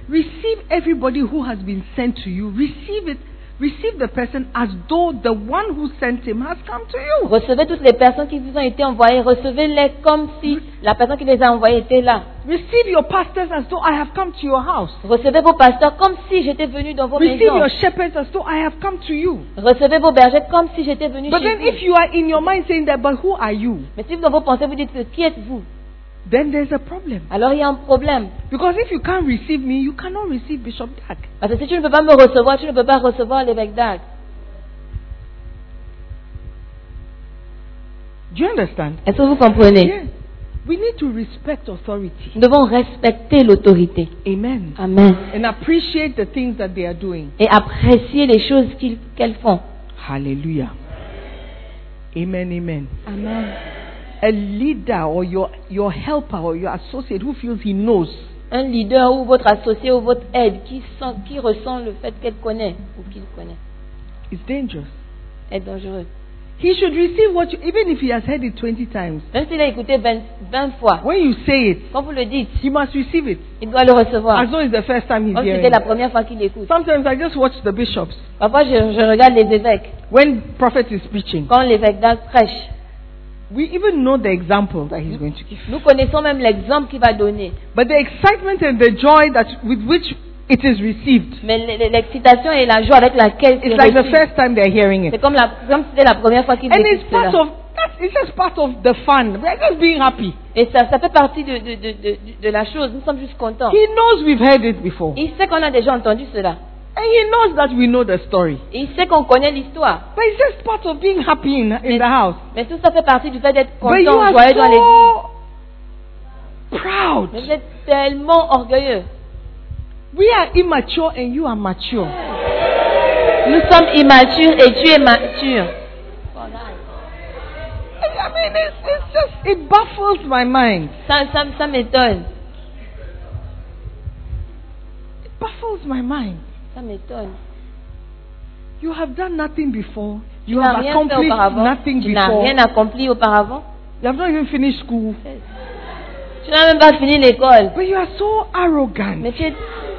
C: Receive everybody who has been sent to you. Receive it. Receive the person as though the one who sent him has come to you.
D: Recevez toutes les personnes qui vous ont été envoyées, recevez-les comme si la personne qui les a envoyées était là.
C: Receive your pastors as though I have come to your house.
D: Recevez vos pasteurs comme si j'étais venu dans vos
C: Receive
D: maisons.
C: your shepherds as though I have come to you.
D: Recevez vos bergers comme si j'étais venu
C: But
D: chez
C: then,
D: vous.
C: if you are in your mind saying that, but who are you?
D: Mais si dans vos pensées vous dites que qui êtes-vous,
C: Then there's a problem.
D: alors il y a un problème.
C: Because if you can't receive me, you cannot receive Bishop Dag.
D: Parce que si tu ne peux pas me recevoir, tu ne peux pas recevoir l'évêque d'Ag.
C: Do you understand?
D: Est-ce que vous comprenez
C: Yes. We need to respect authority.
D: Nous devons respecter l'autorité.
C: Amen.
D: Amen.
C: And appreciate the things that they are doing.
D: Et apprécier les choses qu'ils- qu'elles font.
C: Hallelujah. Amen, amen.
D: Amen.
C: A leader or your, your helper or your associate who feels he knows
D: Un leader ou votre associé ou votre aide qui, sent, qui ressent le fait qu'elle connaît ou qu'il connaît
C: is dangerous.
D: est dangereux.
C: He should receive what you, even if he has heard it 20 times.
D: Même s'il a écouté 20, 20 fois,
C: When you say it,
D: quand vous le dites,
C: he must receive it
D: il doit le recevoir.
C: as though it's the first time he's
D: Comme si
C: hearing
D: c'était la
C: it.
D: première fois qu'il écoute.
C: Sometimes I just watch the bishops
D: Parfois, je, je regarde les évêques
C: when prophet is preaching.
D: quand l'évêque d'Arc prêche.
C: We even know the example that he's going to give.
D: Nous connaissons même l'exemple qu'il va donner.
C: But the excitement and the joy that with which it is received
D: Mais l- l- l'excitation et la joie avec laquelle
C: is
D: il
C: like the
D: reçut,
C: first time they're hearing
D: c'est
C: it.
D: comme, la, comme si c'était la première fois qu'il
C: And
D: écoute
C: it's part
D: cela.
C: of that's it's just part of the fun. We're just being happy.
D: Et ça, ça fait partie de, de, de, de, de la chose. Nous sommes juste contents.
C: He knows we've heard it before.
D: Il sait qu'on a déjà entendu cela.
C: And he knows that we know the story.
D: Et il sait qu'on connaît l'histoire.
C: But it's just part of being happy in, in the house.
D: Mais tout ça fait partie du fait d'être
C: But you
D: content, joyeux dans l'église.
C: are so proud.
D: Mais vous êtes tellement orgueilleux.
C: We are immature and you are mature.
D: Nous sommes immatures et tu es mature.
C: I mean, it's, it's just, it baffles my mind.
D: Ça, ça, ça m'étonne.
C: It baffles my mind.
D: Ça m'étonne.
C: You have done nothing before.
D: Tu
C: You
D: n'as
C: have
D: rien fait
C: accomplished
D: auparavant.
C: nothing
D: Tu n'as
C: before.
D: rien accompli auparavant.
C: You have not even finished school.
D: Tu n'as même pas fini l'école.
C: But you are so arrogant.
D: Mais tu es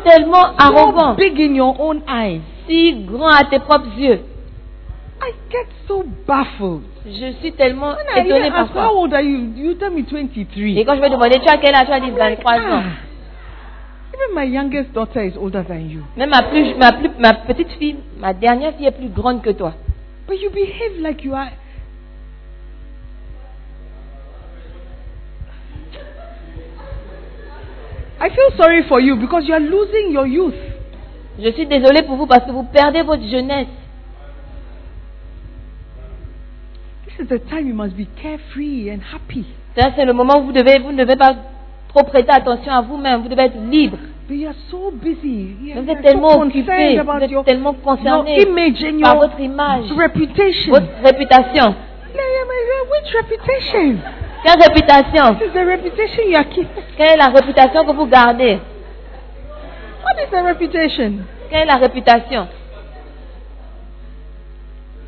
D: tellement
C: So
D: arrogant,
C: big in your own eyes.
D: si grand à tes propres yeux.
C: I get so baffled.
D: Je suis tellement
C: When I
D: étonnée
C: hear, ask how
D: parfois.
C: old are you? You tell me
D: Et
C: 23.
D: quand je me demandais, tu as quel âge Tu as dit
C: I'm like,
D: 23 ans.
C: ah. Even my youngest daughter is older than you.
D: Même ma, plus, ma, plus, ma petite fille, ma dernière fille est plus grande que toi.
C: But you behave like you are. I feel sorry for you because you are losing your youth.
D: Je suis désolée pour vous parce que vous perdez votre jeunesse.
C: This is the time you must be carefree and happy.
D: Ça, c'est le moment où vous, devez, vous ne devez pas trop prêter attention à vous-même. Vous devez être libre.
C: But you are so busy. You
D: Mais
C: are,
D: Vous
C: you
D: êtes
C: are
D: tellement
C: so
D: occupé,
C: concerned
D: vous
C: about your,
D: êtes tellement
C: your
D: concerné
C: image and
D: par
C: your
D: votre image,
C: reputation.
D: votre réputation.
C: Which reputation?
D: Quelle réputation
C: This is the reputation you are keeping.
D: Quelle est la réputation que vous gardez
C: What is the reputation?
D: Quelle est la réputation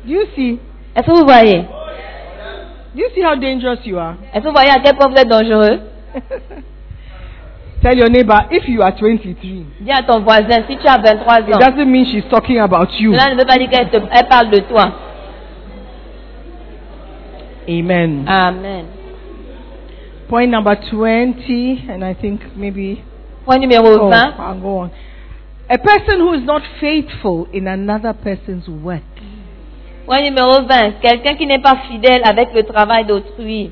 C: Do you see?
D: Est-ce que vous voyez
C: Do you see how dangerous you are?
D: Est-ce que vous voyez à quel point vous êtes dangereux
C: Tell your neighbor if you are 23.
D: Dis à ton voisin, si tu as 23
C: It
D: ans,
C: doesn't mean she's talking about you.
D: cela ne veut pas dire qu'elle te- elle parle de toi.
C: Amen.
D: uh, Amen.
C: Point number 20, and I think maybe.
D: Point numéro
C: Oh,
D: 20.
C: I'll go on. A person who is not faithful in another person's work.
D: Point numéro 20. Quelqu'un qui n'est pas fidèle avec le travail d'autrui.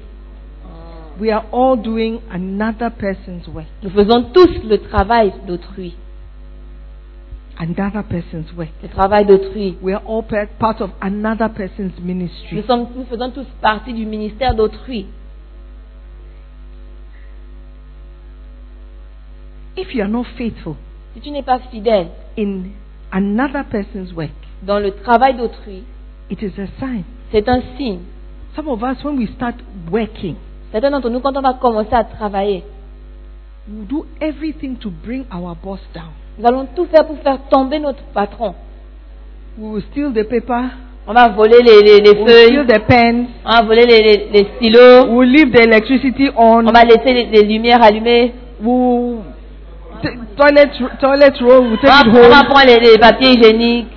C: We are all doing another person's work.
D: Nous faisons tous le travail d'autrui.
C: Another person's work.
D: Le travail d'autrui.
C: We are all per- part of another person's
D: Nous,
C: ministry.
D: sommes, nous faisons tous partie du ministère d'autrui.
C: If you are not faithful
D: Si tu n'es pas fidèle
C: in another person's work,
D: dans le travail d'autrui,
C: it is a sign.
D: c'est un signe.
C: Some of us, when we start working,
D: Certains d'entre nous, quand on va commencer à travailler,
C: we do everything to bring our boss down.
D: nous allons tout faire pour faire tomber notre patron.
C: We will steal the paper,
D: On va voler les, les- les
C: we will
D: feuilles,
C: steal the pens,
D: on va voler les, les- les
C: we
D: stylos,
C: will leave the electricity
D: on
C: on,
D: va laisser les, les lumières allumées,
C: we will t- toilet, toilet roll, we will
D: on
C: take
D: va,
C: it
D: on va
C: home.
D: prendre les, les papiers hygiéniques,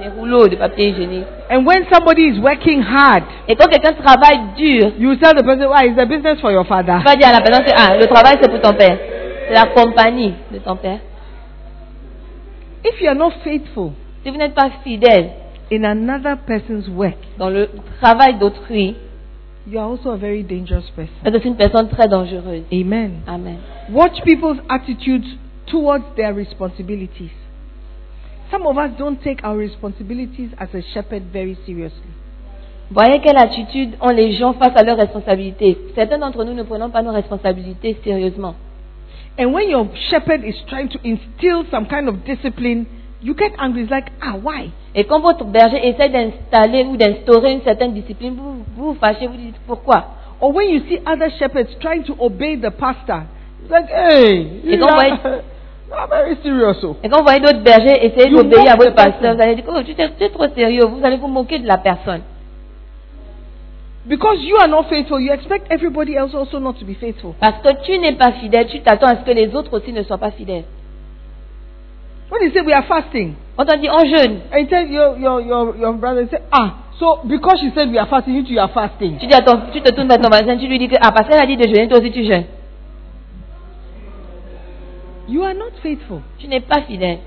D: les rouleaux de papier hygiénique.
C: And when somebody is working hard,
D: Et quand quelqu'un travaille dur,
C: you tell the person, why, it's a business for your father.
D: tu vas dire à la personne que ah, le travail c'est pour ton père, c'est la compagnie de ton père.
C: If you are not faithful
D: Si vous n'êtes pas fidèle
C: in another person's work,
D: dans le travail d'autrui,
C: you are also a very dangerous person.
D: vous êtes une personne très dangereuse.
C: Amen.
D: Amen.
C: Watch people's attitudes towards their responsibilities. Some of us don't take our responsibilities as a shepherd very seriously.
D: Voyez quelle attitude ont les gens face à leurs responsabilités. Certains d'entre nous ne prenons pas nos responsabilités sérieusement.
C: And when your shepherd is trying to instill some kind of discipline You get angry. It's like, ah, why?
D: Et quand votre berger essaie d'installer ou d'instaurer une certaine discipline, vous vous, vous fâchez, vous dites pourquoi
C: Or when you see other shepherds trying to obey the pastor, it's like, hey,
D: They
C: you
D: don't
C: are
D: like-
C: not very serious. oh.
D: Et quand vous voyez d'autres bergers essayer
C: You mock
D: d'obéir à votre
C: the person.
D: pasteur, vous allez dire, oh, tu es, tu es trop sérieux, vous allez vous moquer de la personne.
C: Because you are not faithful, you expect everybody else also not to be faithful.
D: Parce que tu n'es pas fidèle, tu t'attends à ce que les autres aussi ne soient pas fidèles.
C: When you say we are fasting,
D: On t'en dit, on jeûne.
C: and you tell your, your, your, your brother, you say, ah, so because she said we are fasting, you too, you are fasting.
D: Tu, dis à ton- tu te tournes vers ton voisin, tu lui dis que, ah, parce qu'elle a dit de jeûner, toi aussi tu jeûnes.
C: You are not faithful.
D: Tu n'es pas fidèle.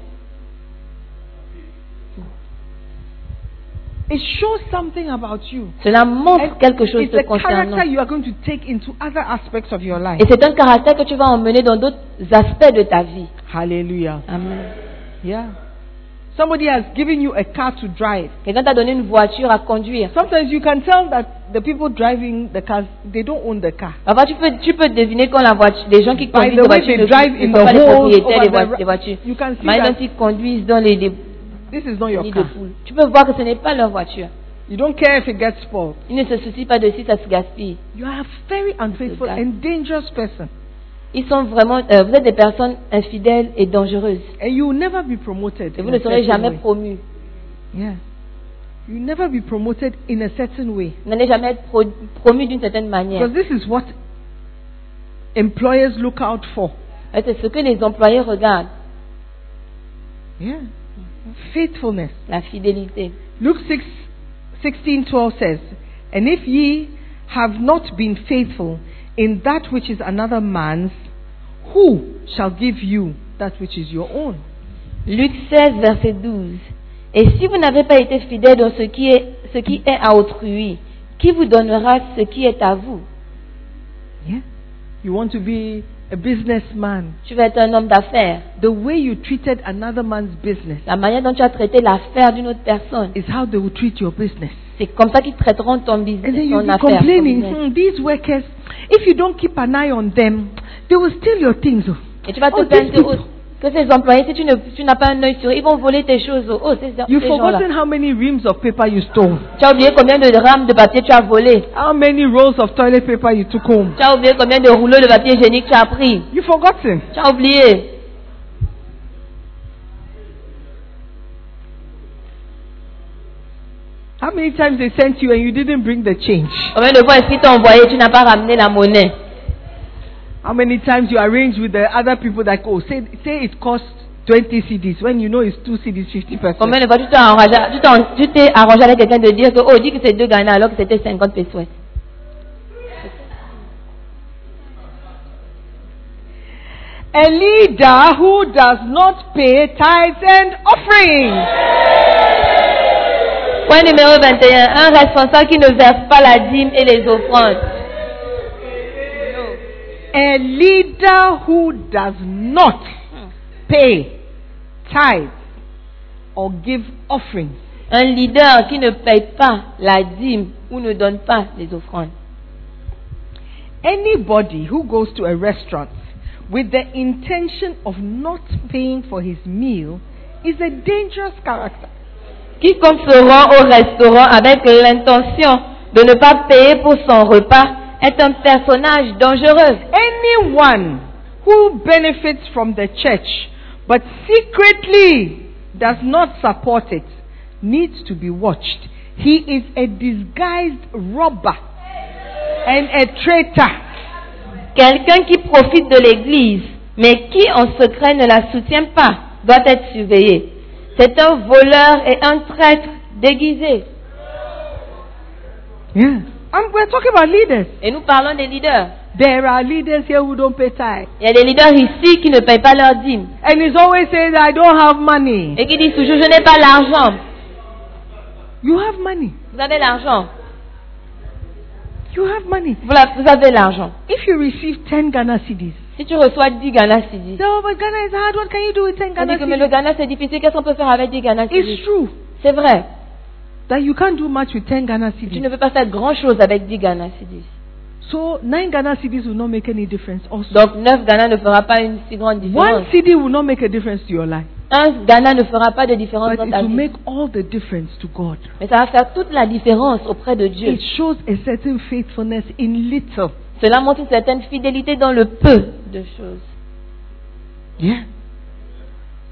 C: It shows something about you.
D: Cela montre
C: And
D: Oh, quelque chose
C: it's
D: de
C: a
D: concernant.
C: character you are going to take into other aspects of your life.
D: Et c'est un caractère que tu vas emmener dans d'autres aspects de ta vie.
C: Hallelujah.
D: Amen.
C: Yeah. Somebody has given you a car to drive.
D: Quelqu'un t'a donné une voiture à conduire.
C: Sometimes you can tell that the people driving the cars, they don't own the car.
D: Enfin, tu peux, tu peux deviner quand la voiture, les gens qui
C: By
D: conduisent
C: the
D: les
C: way
D: voitures
C: they
D: ne
C: drive
D: sont- ne
C: in
D: sont
C: the
D: pas les
C: holes
D: propriétaires
C: over
D: des
C: the
D: voi-
C: ra-
D: des voitures.
C: You can see
D: Maintenant
C: that-
D: qu'ils conduisent dans les, les
C: This is not your
D: nids de
C: car.
D: poules, tu peux voir que ce n'est pas leur voiture.
C: You don't care if it gets spoiled.
D: Ils ne se soucient pas de si ça se gaspille.
C: You are a very unfaithful
D: guy.
C: and dangerous person.
D: Ils sont vraiment, euh, vous êtes des personnes infidèles et dangereuses.
C: And you will never be promoted.
D: Et vous
C: in
D: ne
C: a
D: serez
C: certain
D: jamais
C: way.
D: promus.
C: Yeah. You will never be promoted in a certain way.
D: Vous n'allez jamais être pro- promus d'une certaine manière.
C: Because this is what employers look out for.
D: Et C'est ce que les employés regardent,
C: Yeah. Faithfulness.
D: la fidélité.
C: Luke 6, 16, 12 says, And if ye have not been faithful in that which is another man's, who shall give you that which is your own?
D: Luc 16, verset 12. Et si vous n'avez pas été fidèle dans ce qui, est, ce qui est à autrui, qui vous donnera ce qui est à vous
C: Yeah. You want to be a businessman.
D: Tu vas être un homme d'affaires.
C: The way you treated another man's business
D: La manière dont tu as traité l'affaire d'une autre personne,
C: is how they will treat your business.
D: c'est comme ça qu'ils traiteront ton
C: And then
D: business,
C: you'll
D: ton
C: be
D: affaire. ton
C: complaining,
D: business.
C: "Hmm, these workers, if you don't keep an eye on them, they will steal your things. oh."
D: Et tu vas te
C: Oh,
D: plaindre
C: these
D: que,
C: people.
D: oh, que ces employés, si tu ne- tu n'as pas un œil sur eux, ils vont voler tes choses. Oh, oh, ces,
C: You've
D: ces gens-là.
C: forgotten how many reams of paper you stole,
D: Tu as oublié combien de rames de papier tu as volé.
C: how many rolls of toilet paper you took home.
D: Tu as oublié combien de rouleaux de papier hygiénique tu as pris.
C: You've forgotten.
D: Tu as oublié.
C: How many times they sent you and you didn't bring the change?
D: Combien de fois est-ce qu'ils t'ont envoyé, tu n'as pas ramené la monnaie.
C: How many times you arrange with the other people that go, say, say it costs 20 CDs when you know it's 2 CDs 50%.
D: Combien de fois tu t'es arrangé, tu t'en- tu t'es arrangé avec quelqu'un de dire que, oh, dis que c'est deux Ghana alors que c'était 50 pesos.
C: A leader who does not pay tithes and offerings.
D: Point numéro 21. Un responsable qui ne verse pas la dîme et les offrandes.
C: A leader who does not pay tithes or give offerings.
D: Un leader qui ne paye pas la dîme ou ne donne pas les offrandes.
C: Anybody who goes to a restaurant with the intention of not paying for his meal is a dangerous character.
D: Quiconque se rend au restaurant avec l'intention de ne pas payer pour son repas est un personnage dangereux.
C: Anyone who benefits from the church but secretly does not support it needs to be watched. He is a disguised robber and a traitor.
D: Quelqu'un qui profite de l'Église, mais qui en secret ne la soutient pas, doit être surveillé. C'est un voleur et un traître déguisé.
C: Yeah. And we're talking about leaders.
D: Et nous parlons des leaders.
C: There are leaders here who don't pay tithe.
D: Il y a des leaders ici qui ne payent pas leur dîme
C: And it's always saying, I don't have money.
D: et qui disent toujours je n'ai pas l'argent.
C: You have money.
D: Vous avez l'argent.
C: You have money.
D: Vous, la- vous avez l'argent.
C: If you receive 10 Ghana CDs,
D: Si tu reçois 10 Ghana Cedis,
C: so, "Oh, but Ghana is hard. What can you do with 10
D: on dit
C: Ghana
D: que mais le
C: CDs?
D: Ghana c'est difficile, qu'est-ce qu'on peut faire avec 10 Ghana
C: It's
D: Cedis
C: true
D: C'est vrai.
C: that you can't do much with 10 Ghana
D: Tu
C: CDs.
D: ne peux pas faire grand chose avec 10 Ghana Cedis.
C: So nine Ghana CDs will not make any difference. Also,
D: Donc 9 Ghana ne fera pas une si grande
C: one
D: différence.
C: CD will not make a difference to your life.
D: Un Ghana ne fera pas de différence
C: But
D: dans ta
C: it will
D: vie.
C: make all the difference to God.
D: Mais ça va faire toute la différence auprès de Dieu.
C: It shows a certain faithfulness in little.
D: Cela montre une certaine fidélité dans le peu de choses.
C: Yeah.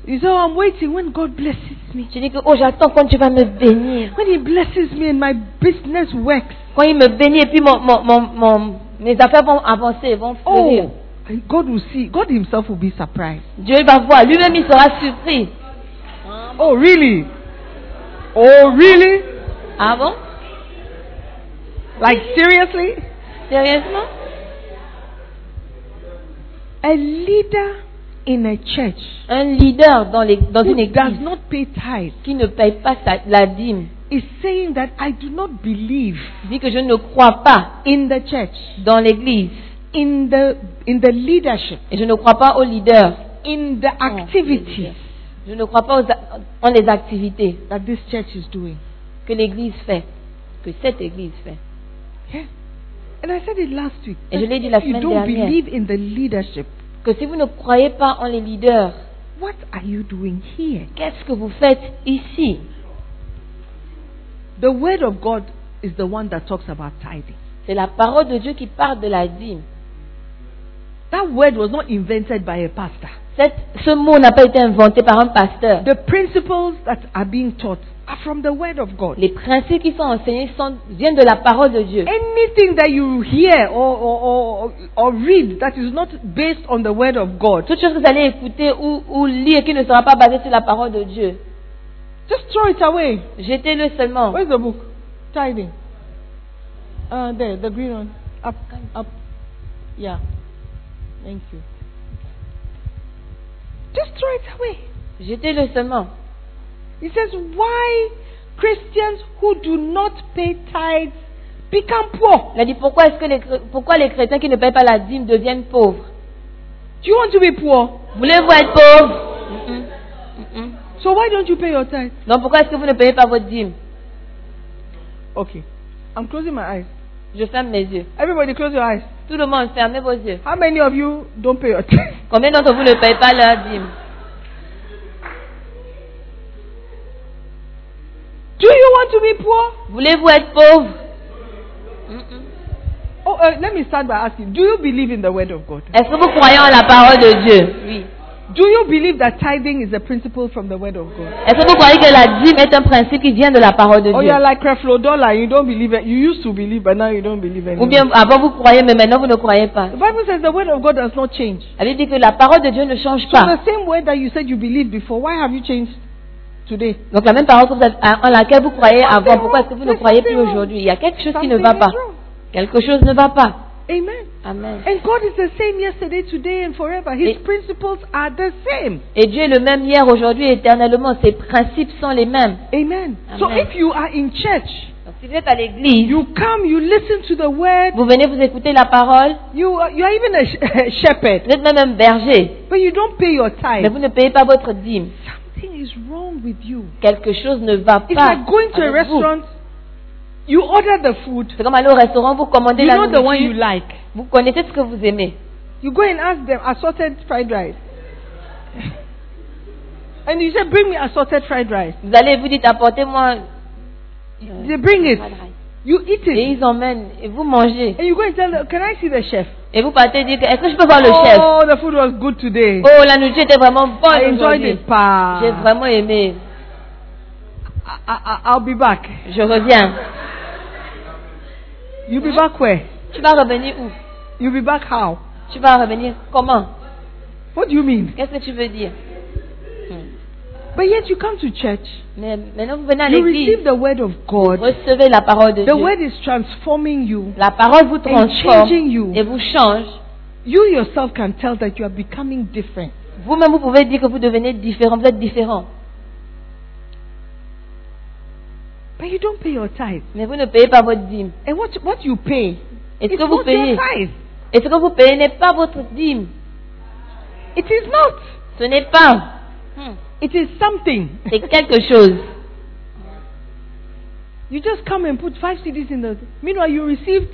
C: You say, oh, I'm waiting when God blesses me.
D: Tu dis que, oh, j'attends quand tu vas me bénir.
C: When He blesses me and my business works.
D: Quand il me bénit et puis mon, mon, mon, mon- mes affaires vont avancer, vont fleurir.
C: Oh, God will see. God Himself will be surprised.
D: Dieu va voir. Lui-même, il sera surpris.
C: Oh, really? Oh, really?
D: Ah bon?
C: Like, seriously?
D: Sérieusement?
C: A leader in a church
D: Un leader dans, les, dans une
C: who does
D: église
C: not pay tithe
D: qui ne paye pas sa- la dîme
C: is saying that I do not believe
D: dit que je ne crois pas
C: in the church,
D: dans l'église
C: in the, in the leadership,
D: et je ne crois pas aux leaders.
C: in the activities
D: Je ne crois pas aux a- en les activités
C: that this church is doing.
D: que l'église fait, que cette église fait.
C: Yeah. And I said it last week.
D: Et je
C: that
D: l'ai dit la
C: if you
D: semaine
C: don't
D: dernière.
C: believe in the leadership,
D: Que si vous ne croyez pas en les leaders,
C: what are you doing here?
D: qu'est-ce que vous faites ici
C: The word of God is the one that talks about tithing.
D: C'est la parole de Dieu qui parle de la dîme.
C: That word was not invented by a pastor.
D: Cette- ce mot n'a pas été inventé par un pasteur.
C: The principles that are being taught are from the word of God.
D: Les principes qui sont enseignés sont- viennent de la parole de Dieu.
C: Anything that you hear or, or, or, or read that is not based on the word of God,
D: Toute chose que vous allez écouter ou, ou lire qui ne sera pas basée sur la parole de Dieu,
C: just throw it away.
D: jetez-le seulement.
C: Where's the book? Tithing. Uh, there, the green one. Up, up. Yeah. Thank you. Just throw it away.
D: Jetez-le seulement.
C: He says, Why Christians who do not pay tithes become poor?
D: Il a dit pourquoi, est-ce que les, chr- pourquoi les chrétiens qui ne payent pas la dîme deviennent pauvres
C: Do you want to be poor?
D: Voulez-vous être pauvre Mm-mm. Mm-mm.
C: So why don't you pay your tithes?
D: Donc pourquoi est-ce que vous ne payez pas votre dîme
C: Okay. I'm closing my eyes.
D: Je ferme mes yeux.
C: Everybody, close your eyes.
D: Tout le monde, fermez vos yeux.
C: How many of you don't pay your tithes?
D: Combien d'entre vous ne payent pas leur dîme
C: Do you want to be poor?
D: Voulez-vous être pauvre Mm-mm.
C: Oh, uh, let me start by asking Do you believe in the Word of God?
D: Est-ce que vous croyez en la parole de Dieu Oui.
C: Do you believe that tithing is a principle from the Word of God?
D: Est-ce que vous croyez que la dîme est un principe qui vient de la parole de
C: Oh,
D: Dieu
C: you're like Creflodola. You don't believe it. You used to believe, but now you don't believe
D: Ou
C: anymore.
D: bien avant vous croyez, mais maintenant vous ne croyez pas.
C: The Bible says the Word of God does not change.
D: Elle veut dire que la parole de Dieu ne change
C: So
D: pas.
C: the same way that you said you believed before, why have you changed today?
D: Donc la même parole que vous avez- à- en laquelle vous croyez avant,
C: Something
D: pourquoi est-ce que vous ne
C: wrong.
D: croyez plus
C: Something wrong.
D: aujourd'hui Il y a quelque chose qui ne
C: Something
D: va pas.
C: is wrong.
D: Quelque chose ne va pas.
C: Amen.
D: Amen.
C: And God is the same yesterday, today, and forever. His
D: Eh.
C: principles are the same.
D: Et Dieu est le même hier, aujourd'hui, et éternellement. Ses principes sont les mêmes.
C: Amen. So
D: Amen.
C: if you are in church,
D: Donc si vous êtes à l'église,
C: you come, you listen to the word.
D: vous venez vous écouter la parole,
C: You are, you are even a sh- shepherd,
D: vous êtes même un berger,
C: but you don't pay your
D: mais
C: tithe.
D: vous ne payez pas votre dîme.
C: Something is wrong with you.
D: Quelque chose ne va
C: It's
D: pas.
C: like going to a
D: avec vous.
C: restaurant. You order the food.
D: C'est comme aller au restaurant, vous commandez
C: You
D: la
C: know the one you
D: nourriture,
C: like.
D: vous connaissez ce que vous aimez.
C: You go and ask them assorted fried rice. And you say, bring me assorted fried rice.
D: Vous allez, vous dites, apportez-moi. euh,
C: They bring it.
D: fried rice.
C: You eat
D: Et
C: it.
D: ils emmènent, et vous mangez.
C: And you go and tell them, can I see the chef?
D: Et vous partez dire, que, est-ce que je peux voir le chef
C: Oh, the food was good today.
D: Oh, la nourriture était vraiment
C: I
D: bonne
C: enjoyed
D: aujourd'hui.
C: it. Ah.
D: J'ai
C: Pa.
D: vraiment aimé.
C: I, I, I'll be back.
D: Je reviens.
C: You'll be back where?
D: Tu vas revenir où
C: You'll be back how?
D: Tu vas revenir comment
C: What do you mean?
D: Qu'est-ce que tu veux dire Hmm.
C: But yet you come to church.
D: Mais maintenant, vous venez à
C: You receive
D: l'église,
C: the word of God.
D: recevez la parole de
C: The
D: Dieu.
C: word is transforming you.
D: La parole vous
C: changing you.
D: transforme et vous change.
C: You yourself can tell that you are becoming different.
D: Vous-même, vous pouvez dire que vous devenez différent, vous êtes différent.
C: But you don't pay your tithe.
D: Mais vous ne payez pas votre dîme.
C: And what, what you pay
D: Est-ce
C: is
D: que vous
C: not your
D: payez
C: tithe.
D: Et ce que vous payez n'est pas votre dîme.
C: It is not.
D: Ce n'est pas. Hmm.
C: It is something.
D: C'est quelque chose.
C: You just come and put five CDs in the. Meanwhile, you received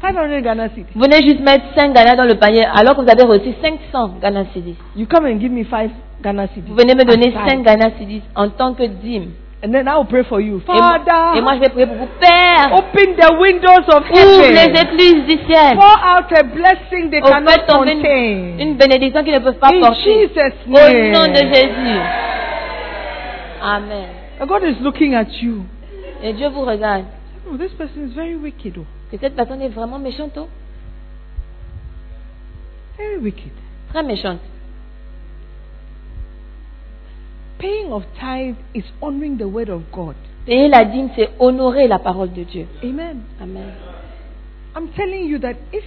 C: 500 Ghana cedis.
D: Vous venez juste mettre 5 Ghana dans le panier alors que vous avez reçu 500 Ghana cedis.
C: You come and give me 5 Ghana cedis.
D: Vous venez me donner
C: Aside.
D: 5 Ghana cedis en tant que dîme.
C: And then I will pray for you.
D: Et moi,
C: Father,
D: et moi, je vais prier pour vous. Père,
C: open the windows of
D: ouvre les
C: heaven.
D: écluses du ciel.
C: Pour out a blessing they
D: Offre
C: cannot
D: tomber une,
C: contain.
D: une bénédiction qu'ils ne peuvent pas
C: In
D: porter.
C: Jesus'
D: Au nom de
C: name.
D: Jésus. Amen.
C: God is looking at you.
D: Et Dieu vous regarde.
C: Oh, this person is very wicked. Oh.
D: Que cette personne est vraiment méchante, oh.
C: Very wicked.
D: Très méchante.
C: Paying of tithe is honoring the word of God.
D: Payer la dîme, c'est honorer la parole de Dieu.
C: Amen.
D: Amen.
C: I'm telling you that if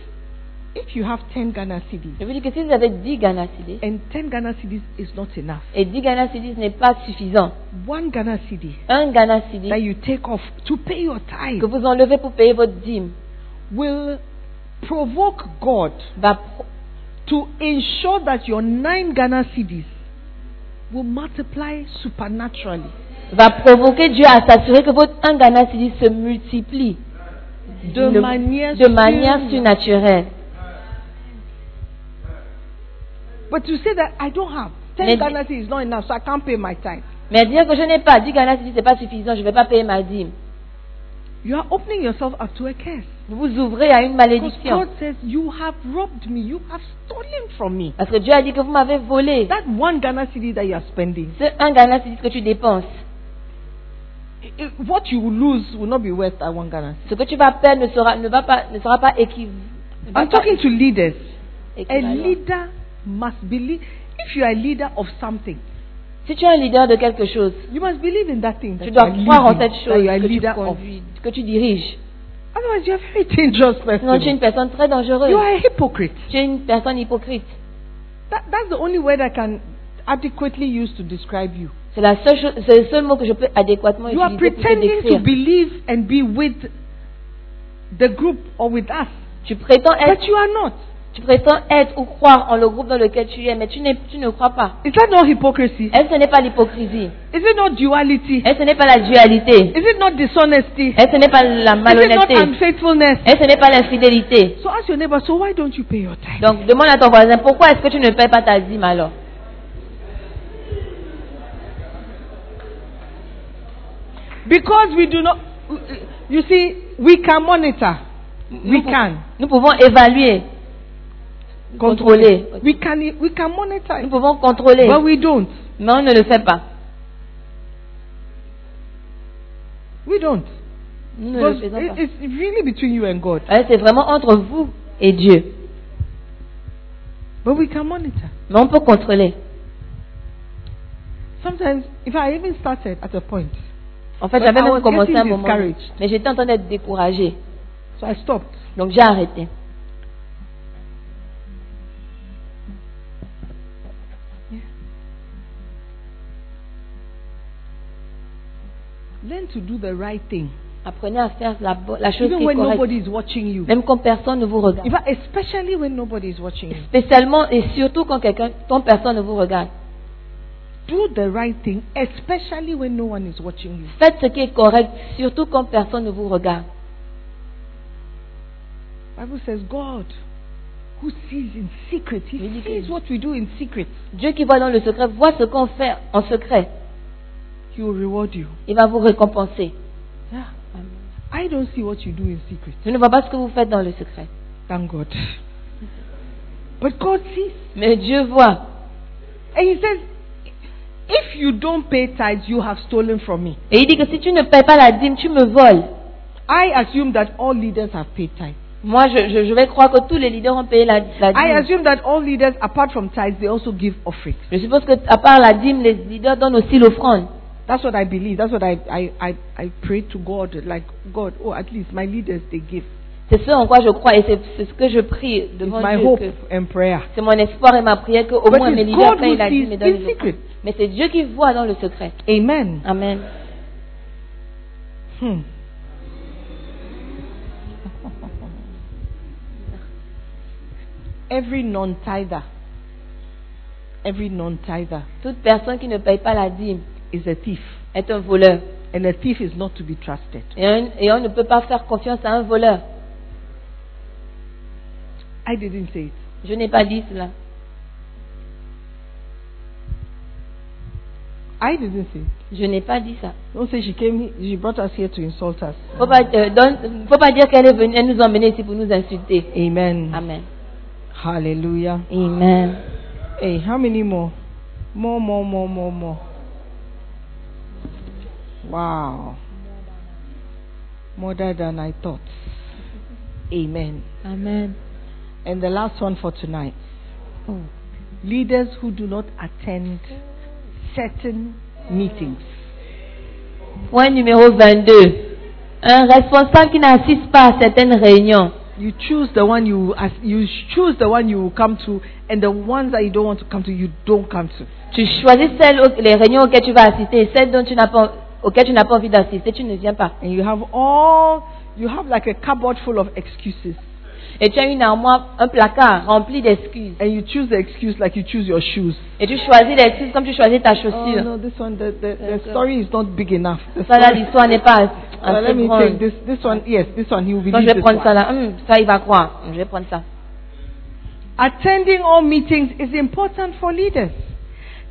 C: if you have 10 Ghana cedis
D: Je vous dis que si vous avez 10 Ghana cedis,
C: and 10 Ghana cedis is not enough,
D: et 10 Ghana cedis n'est pas suffisant,
C: one Ghana cedi
D: un Ghana cedis
C: that you take off to pay your tithe
D: que vous enlevez pour payer votre dîme
C: will provoke God
D: va pro-
C: to ensure that your 9 Ghana cedis will multiply supernaturally.
D: va provoquer Dieu à s'assurer que votre un Ghana cedis se multiplie
C: De
D: Le-
C: manière
D: de manière
C: sur-
D: surnaturelle.
C: But you say that I don't have 10
D: Mais-
C: Ghana cedis is not enough, so I can't pay my tithe.
D: Mais dire que je n'ai pas 10 Ghana cedis, c'est pas suffisant, je ne vais pas payer ma dîme.
C: You are opening yourself up to a curse.
D: Vous vous ouvrez à une
C: Because
D: malédiction.
C: God says, You have robbed me, you have stolen from me.
D: Parce que Dieu a dit que vous m'avez volé.
C: That one Ghana city that you are spending,
D: C'est un Ghana cedis que tu dépenses.
C: i- i- what you will lose will not be worth that one Ghana city.
D: Ce que tu vas perdre ne sera, ne va pas, ne sera pas équiv- ne va
C: I'm
D: pas
C: talking to leaders. A
D: équivalent.
C: leader must believe. If you are a leader of something,
D: Si tu es un leader de quelque chose,
C: you must believe in that thing. That
D: tu
C: you are
D: dois croire en
C: leading,
D: cette
C: that
D: chose
C: you are a
D: que tu
C: leader of.
D: conduis, que tu diriges.
C: Otherwise, you are a very dangerous
D: Sinon, tu es
C: person.
D: une personne très dangereuse.
C: You are a hypocrite.
D: Tu es une personne hypocrite.
C: That, that's the only word I can adequately use to describe you.
D: C'est la seule chose- c'est le seul mot que je peux adéquatement
C: You are
D: utiliser pour te
C: pretending to
D: décrire.
C: believe and be with the group or with us,
D: Tu prétends
C: but
D: être,
C: you are not.
D: tu prétends être ou croire en le groupe dans lequel tu es, mais tu, n'es- tu ne crois pas.
C: Is that not hypocrisy?
D: Est-ce que ce n'est pas l'hypocrisie
C: Is it not duality?
D: Est-ce que ce n'est pas la dualité
C: Is it not dishonesty? Is
D: Est-ce que ce n'est pas la
C: it not
D: malhonnêteté
C: unfaithfulness?
D: Est-ce que ce n'est pas l'infidélité
C: So ask your neighbor, so why don't you pay your tithe?
D: Donc demande à ton voisin, pourquoi est-ce que tu ne payes pas ta dîme alors
C: Because we do not, you see, we can monitor. We
D: pou-
C: can.
D: nous pouvons évaluer, contrôler.
C: We can, we can monitor.
D: Nous
C: it,
D: pouvons contrôler,
C: But we don't.
D: mais on ne le fait pas.
C: We don't.
D: Nous ne le
C: Because
D: faisons pas.
C: it- it's really between you and God.
D: Ouais, C'est vraiment entre vous et Dieu.
C: But we can monitor.
D: Mais on peut contrôler.
C: Sometimes, if I even started at a point,
D: En fait,
C: But
D: j'avais
C: I
D: même
C: was
D: commencé
C: getting
D: un moment,
C: discouraged.
D: mais j'étais en train d'être découragée.
C: so I stopped.
D: Donc j'ai arrêté.
C: Learn to do the right thing.
D: Apprenez à faire la, bo- la chose qui
C: Even
D: est
C: when
D: correcte,
C: nobody is watching you.
D: même quand personne ne vous regarde.
C: In fact, especially when nobody is watching you.
D: Spécialement et surtout quand quelqu'un, quand personne ne vous regarde.
C: Do the right thing, especially when no one is watching you.
D: Faites ce qui est correct, surtout quand personne ne vous regarde.
C: Bible says God, who sees in secret, He
D: Really
C: sees
D: good.
C: what we do in secret.
D: Dieu qui voit dans le secret voit ce qu'on fait en secret.
C: He will reward you.
D: Il va vous récompenser.
C: Yeah. I don't see what you do in secret.
D: Je ne vois pas ce que vous faites dans le secret.
C: Thank God. But God sees,
D: Mais Dieu voit.
C: and He says, if you don't pay tithes, you have stolen from me.
D: Et il dit que si tu ne payes pas la dîme, tu me voles.
C: I assume that all leaders have paid tithes.
D: Moi, je, je- je vais croire que tous les leaders ont payé la, la
C: I
D: dîme.
C: assume that all leaders, apart from tithes, they also give offerings.
D: Je suppose que, à part la dîme, les leaders donnent aussi l'offrande.
C: That's what I believe. That's what I, I, I, I pray to God. Like, God, oh, at least my leaders, they give.
D: C'est ce en quoi je crois et c'est c'est ce que je prie
C: It's
D: devant
C: my
D: Dieu.
C: hope
D: que-
C: and prayer.
D: C'est mon espoir et ma prière qu'au
C: But
D: moins mes
C: it's
D: leaders
C: God
D: payent
C: who
D: la dîme et
C: sees
D: donnent
C: in
D: les offrandes.
C: secret.
D: Mais c'est Dieu qui voit dans le secret.
C: Amen.
D: Amen.
C: Hmm. every non-tither, every non-tither
D: Toute personne qui ne paye pas la dîme
C: is a thief,
D: est un voleur.
C: and a thief is not to be trusted.
D: Et, un- et on ne peut pas faire confiance à un voleur.
C: I didn't say it.
D: Je n'ai pas dit cela.
C: I didn't say it.
D: Je n'ai pas dit ça.
C: Don't say she came, she brought us here to insult us.
D: Faut pas, euh, donne- faut pas dire qu'elle est venue, elle nous a emmenés ici pour nous insulter.
C: Amen.
D: Amen.
C: Hallelujah.
D: Amen.
C: Hey, how many more? More, more, more, more, more. Wow. More than I thought. Amen.
D: Amen.
C: And the last one for tonight. Leaders who do not attend certain meetings.
D: Point numéro 22. Un responsable qui n'assiste pas à certaines réunions.
C: You choose the one you as you choose the one you will come to, and the ones that you don't want to come to, you don't come to.
D: Tu choisis celles, au- les réunions auxquelles tu vas assister et celles dont tu n'as pas, auxquelles tu n'as pas envie d'assister, tu ne viens pas.
C: And you have all you have like a cupboard full of excuses,
D: Et tu as une armoire, un placard rempli d'excuses.
C: and you choose the excuse like you choose your shoes.
D: Et tu choisis l'excuse comme tu choisis ta
C: Oh
D: chaussure.
C: no, this one the, the, the story is not big enough. The
D: ça là,
C: story-
D: l'histoire n'est pas
C: Uh,
D: assez
C: let me
D: grande.
C: take this this one. Yes, this one he will be.
D: Donc je vais prendre ça là. Hum, ça, il va croire. Hum, Je vais prendre ça.
C: Attending all meetings is important for leaders.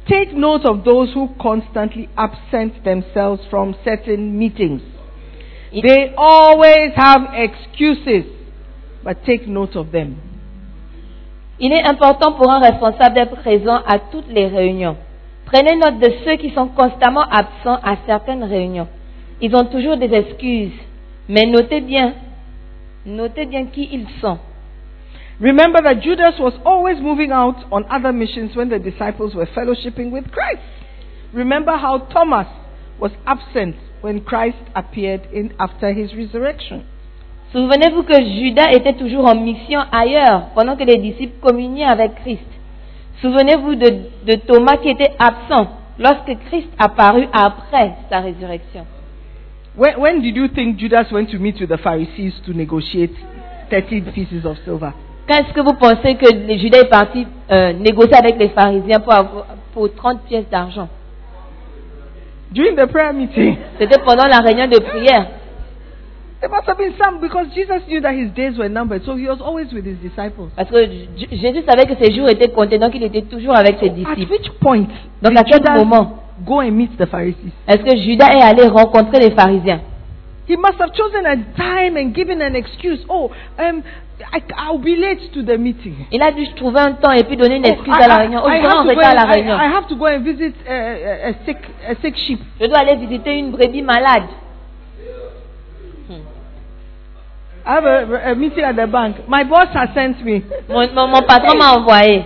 C: Take note of those who constantly absent themselves from certain meetings.
D: It-
C: They always have excuses, but take note of them.
D: Il est important pour un responsable d'être présent à toutes les réunions. Prenez note de ceux qui sont constamment absents à certaines réunions. Ils ont toujours des excuses, mais notez bien, notez bien qui ils sont.
C: Remember that Judas was always moving out on other missions when the disciples were fellowshipping with Christ. Remember how Thomas was absent when Christ appeared in after his resurrection.
D: Souvenez-vous que Judas était toujours en mission ailleurs pendant que les disciples communiaient avec Christ. Souvenez-vous de, de Thomas qui était absent lorsque Christ apparut après sa résurrection.
C: When, when did you think Judas went to meet with the Pharisees to negotiate 30 pieces of silver?
D: Qu'est-ce que vous pensez que le Judas est parti euh, négocier avec les pharisiens pour, avoir, pour 30 pièces d'argent
C: During the prayer meeting,
D: C'était pendant la réunion de prière.
C: there must have been some because Jesus knew that his days were numbered, so he was always with his disciples.
D: Parce que J- Jésus savait que ses jours étaient comptés, donc il était toujours avec ses
C: At
D: disciples.
C: which point
D: Donc à quel moment
C: go and meet the Pharisees?
D: est-ce que Judas est allé rencontrer les pharisiens
C: He must have chosen a time and given an excuse. Oh, um, I, I'll be late to the meeting.
D: Il a dû trouver un temps et puis donner une
C: Oh,
D: excuse à la réunion. Oh, je
C: have to
D: dois en
C: go
D: retard à
C: and,
D: la
C: I,
D: réunion.
C: I have to go and visit uh, a, a sick a sick sheep.
D: Je dois aller visiter une brebis malade.
C: I have a, a meeting at the bank. My boss has sent me.
D: Mon, mon- mon patron m'a envoyé.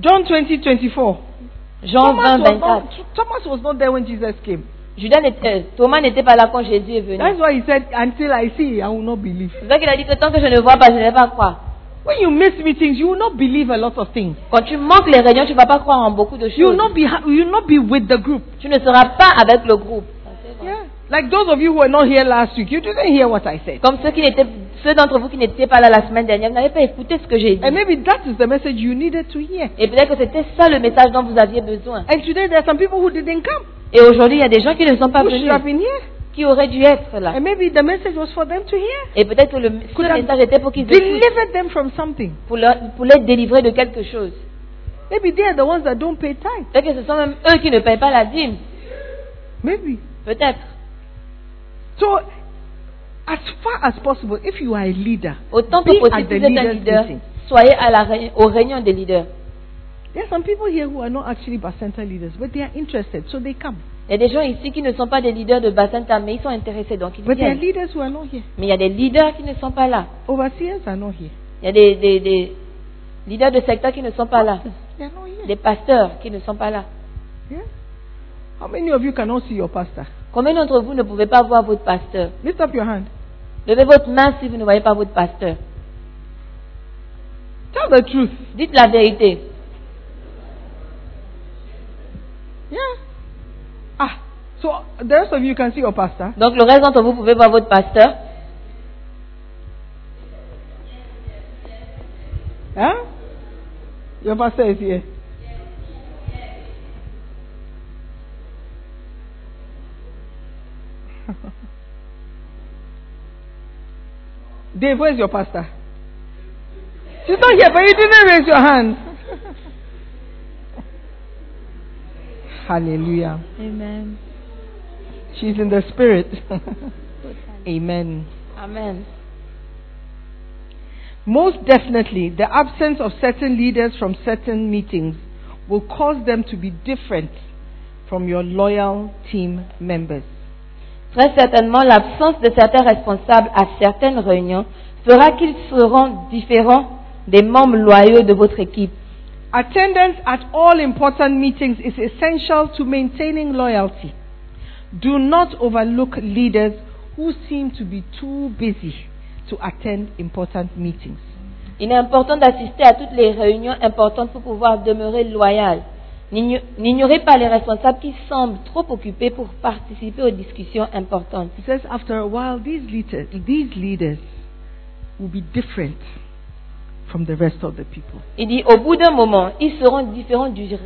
C: John 20, 24.
D: Jean
C: Thomas
D: 20,
C: was
D: 24.
C: not, Thomas was not there when Jesus came.
D: Judas n'était- euh, Thomas n'était pas là quand Jésus est venu.
C: That's why he said, Until I see, I will not believe.
D: C'est ça qu'il a dit que tant que je ne vois pas, je ne vais pas croire.
C: When you miss meetings, you will not believe a lot of things.
D: Quand tu manques les réunions, tu ne vas pas croire en beaucoup de
C: You will
D: choses.
C: not be, ha- you will not be with the group.
D: Tu ne seras pas avec le groupe.
C: Yeah. Like those of you who were not here last week, you didn't hear what I said.
D: Comme ceux, qui n'étaient- ceux d'entre vous qui n'étaient pas là la semaine dernière, vous n'avez pas écouté ce que j'ai
C: And
D: dit.
C: maybe that is the message you needed to hear.
D: Et peut-être que c'était ça le message dont vous aviez besoin.
C: And today there are some people who didn't come,
D: Et aujourd'hui, il y a des gens qui ne sont pas
C: who should
D: venus,
C: have been here.
D: qui auraient dû être là.
C: And maybe the message was for them to hear.
D: Et peut-être que le ce
C: Could have
D: message était pour qu'ils écoutent,
C: Delivered them from something.
D: pour, leur- pour les délivrer de quelque chose.
C: Maybe they are the ones that don't pay tithe.
D: Peut-être que ce sont même eux qui ne payent pas la dîme.
C: Maybe.
D: Peut-être.
C: So, as far as possible, if you are a leader,
D: Autant
C: Be
D: que
C: at
D: possible,
C: the
D: vous êtes un
C: leaders
D: leader.
C: meeting.
D: Soyez à la réun- aux réunions des leaders.
C: there are some people here who are not actually center leaders, but they are interested, so they come.
D: Il y a des gens ici qui ne sont pas des leaders de Basanta, mais ils sont intéressés, donc ils
C: But there are
D: viennent.
C: leaders who are not here.
D: Mais il y a des leaders qui ne sont pas là.
C: Overseers are not here.
D: Il y a des, des- des leaders de secteur qui ne sont pas là.
C: They are not here.
D: Des pasteurs qui ne sont pas là.
C: Yeah. How many of you cannot see your pastor?
D: Combien d'entre vous ne pouvez pas voir votre pasteur
C: Lift up your hand.
D: Levez votre main si vous ne voyez pas votre pasteur.
C: Tell the truth.
D: Dites la vérité.
C: Yeah. Ah, so the rest of you can see your pastor.
D: Donc le reste d'entre vous pouvez voir votre pasteur.
C: Huh? Eh? Your pastor is here. Dave, where's your pastor? She's not here, but you didn't raise your hand. Hallelujah.
E: Amen.
C: She's in the spirit. Amen.
D: Amen.
C: Most definitely, the absence of certain leaders from certain meetings will cause them to be different from your loyal team members.
D: Très certainement, l'absence de certains responsables à certaines réunions fera qu'ils seront différents des membres loyaux de votre équipe.
C: Attendance at all important meetings is essential to maintaining loyalty. Do not overlook leaders who seem to be too busy to attend important meetings.
D: Il est important d'assister à toutes les réunions importantes pour pouvoir demeurer loyal. N'igno- N'ignorez pas les responsables qui semblent trop occupés pour participer aux discussions importantes.
C: He says, after a while, these leaders, these leaders will be different from the rest of the people.
D: Il dit, au bout d'un moment, ils seront différents du reste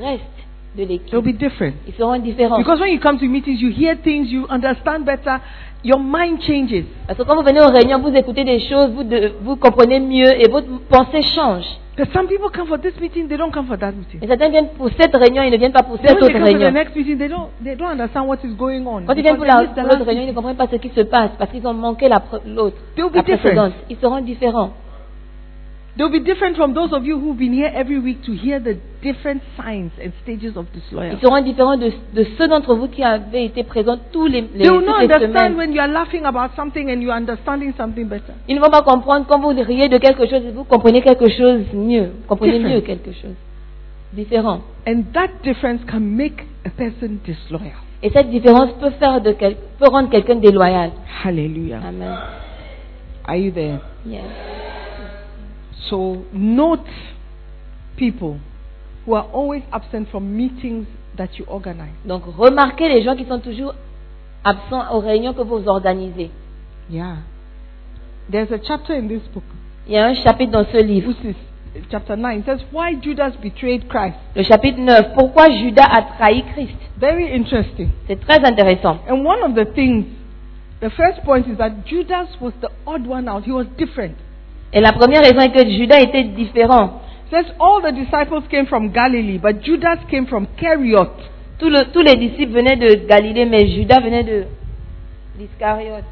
D: de
C: They'll
D: l'équipe.
C: be different.
D: Ils seront différents.
C: Because when you come to meetings, you hear things, you understand better, your mind changes.
D: Parce que quand vous venez aux réunions, vous écoutez des choses, vous, de- vous comprenez mieux et votre pensée change.
C: Because some people come for this meeting, they don't come for that meeting.
D: Et certains viennent pour cette réunion, ils ne viennent pas pour
C: Then
D: cette
C: when they
D: autre
C: come to the
D: réunion.
C: next meeting, they don't, they don't understand what is going on.
D: Quand
C: because
D: ils viennent pour
C: they
D: la-
C: missed the
D: pour l'autre
C: last
D: réunion, ils ne
C: meeting.
D: comprennent pas ce qui se passe parce qu'ils ont manqué la pre- l'autre,
C: They'll be
D: la
C: different.
D: précédente. Ils seront différents.
C: They'll be different from those of you who've been here every week to hear the different signs and stages of
D: Ils
C: disloyalty.
D: seront différents de, de ceux d'entre vous qui avaient été présents tous les, les,
C: They will not
D: toutes les
C: understand
D: semaines.
C: when you are laughing about something and you are understanding something better.
D: Ils ne vont pas comprendre quand vous riez de quelque chose, vous comprenez quelque chose mieux, vous comprenez
C: Different.
D: mieux quelque chose. Différent.
C: And that difference can make a person disloyal.
D: Et cette différence peut, faire de quel- peut rendre quelqu'un déloyal.
C: Hallelujah.
D: Amen.
C: Are you there?
D: Yes.
C: So note people who are always absent from meetings that you organize.
D: Donc remarquez les gens qui sont toujours absents aux réunions que vous organisez.
C: Yeah. There's a chapter in this book,
D: Il y a un chapitre dans ce livre,
C: which is chapter 9, it says why Judas betrayed Christ.
D: le chapitre 9, Pourquoi Judas a trahi Christ.
C: Very interesting.
D: C'est très intéressant.
C: And one of the things, the first point is that Judas was the odd one out. He was different.
D: Et la première raison est que Judas était différent.
C: It says all the disciples came from Galilee, but Judas came from Kerioth.
D: Tout le- tous les disciples venaient de Galilée, mais Judas venait de d'Iscariote.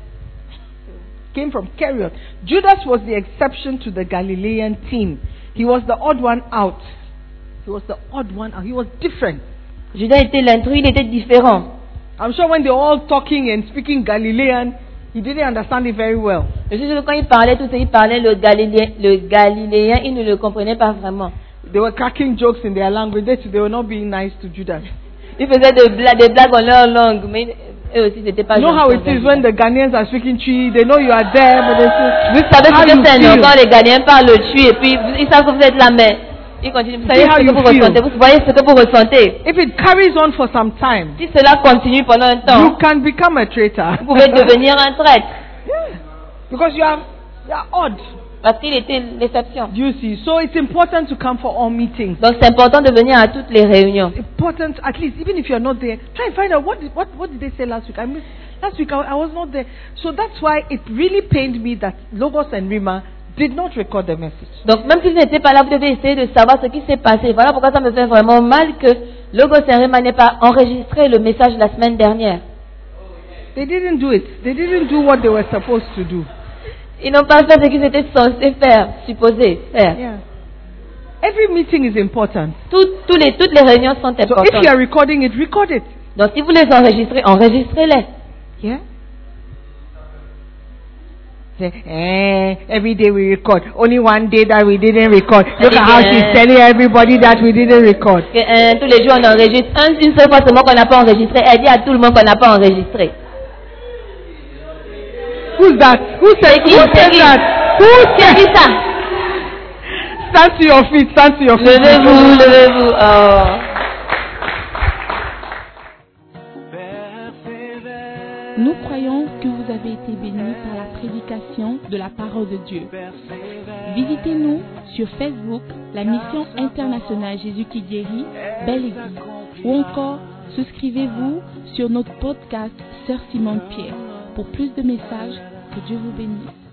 C: came from Kerioth. Judas was the exception to the Galilean team. He was the odd one out. He was the odd one out. He was different.
D: Judas était l'intrus, il était différent.
C: I'm sure when they were all talking and speaking Galilean, he didn't understand it very well.
D: Je suis sûr que quand il parlait tout ça, il parlait le Galiléen, le Galiléen, il ne le comprenait pas vraiment.
C: They were cracking jokes in their language. They, they were not being nice to Judas.
D: Ils faisaient de bla- des blagues en leur langue, mais eux aussi, c'était pas
C: You know
D: gentil
C: how it
D: envers
C: is when
D: Judas.
C: the Ghanaians are speaking Chi, they know you are there, but they
D: Vous
C: say,
D: savez
C: how
D: ce
C: you
D: que c'est,
C: feel?
D: non Quand les Galiléens parlent le tu, et puis vous- ils savent que vous êtes là, mais ils continuent. Vous savez
C: See how
D: ce que
C: you
D: vous
C: feel.
D: ressentez, vous voyez ce que vous ressentez.
C: If it carries on for some time,
D: Si cela continue pendant un
C: you
D: temps,
C: can become a traitor.
D: vous pouvez devenir un traître,
C: because you are, you are odd.
D: parce qu'il était l'exception.
C: You see, so it's important to come for all meetings.
D: Donc c'est important de venir à toutes les réunions.
C: important, at least, even if you're not there, try and find out what did, what, what did they say last week. I missed, last week I, I was not there. So that's why it really pained me that Logos and Rima did not record the message.
D: Donc même si vous n'étiez pas là, vous devez essayer de savoir ce qui s'est passé. Voilà pourquoi ça me fait vraiment mal que Logos et Rema n'aient pas enregistré le message la semaine dernière.
C: They didn't do it. They didn't do what they were supposed to do.
D: Ils n'ont pas fait ce qu'ils étaient censés faire, supposés faire.
C: Yeah. Every meeting is important.
D: Toutes- tous les, toutes les réunions sont
C: So if you
D: importantes.
C: are recording it, record it.
D: Donc si vous les enregistrez, enregistrez-les.
C: Yeah. Say, eh, every day we record. Only one day that we didn't record. Look at how she's telling everybody that we didn't record.
D: Que, euh, tous les jours, on enregistre. Un- une seule fois seulement qu'on n'a pas enregistré. Elle dit à tout le monde qu'on n'a pas enregistré.
C: Who's that? Who said,
D: C'est qui
C: who said
D: C'est qui
C: that? Who
D: Qui a
C: said
D: dit ça
C: Stand to your feet, stand to your feet.
D: Levez-vous, levez-vous. Oh.
F: Nous croyons que vous avez été bénis par la prédication de la parole de Dieu. Visitez-nous sur Facebook, la Mission internationale Jésus qui guérit, Belle Église. Ou encore, souscrivez-vous sur notre podcast Sœur Simone Pierre pour plus de messages. Que Dieu vous bénisse.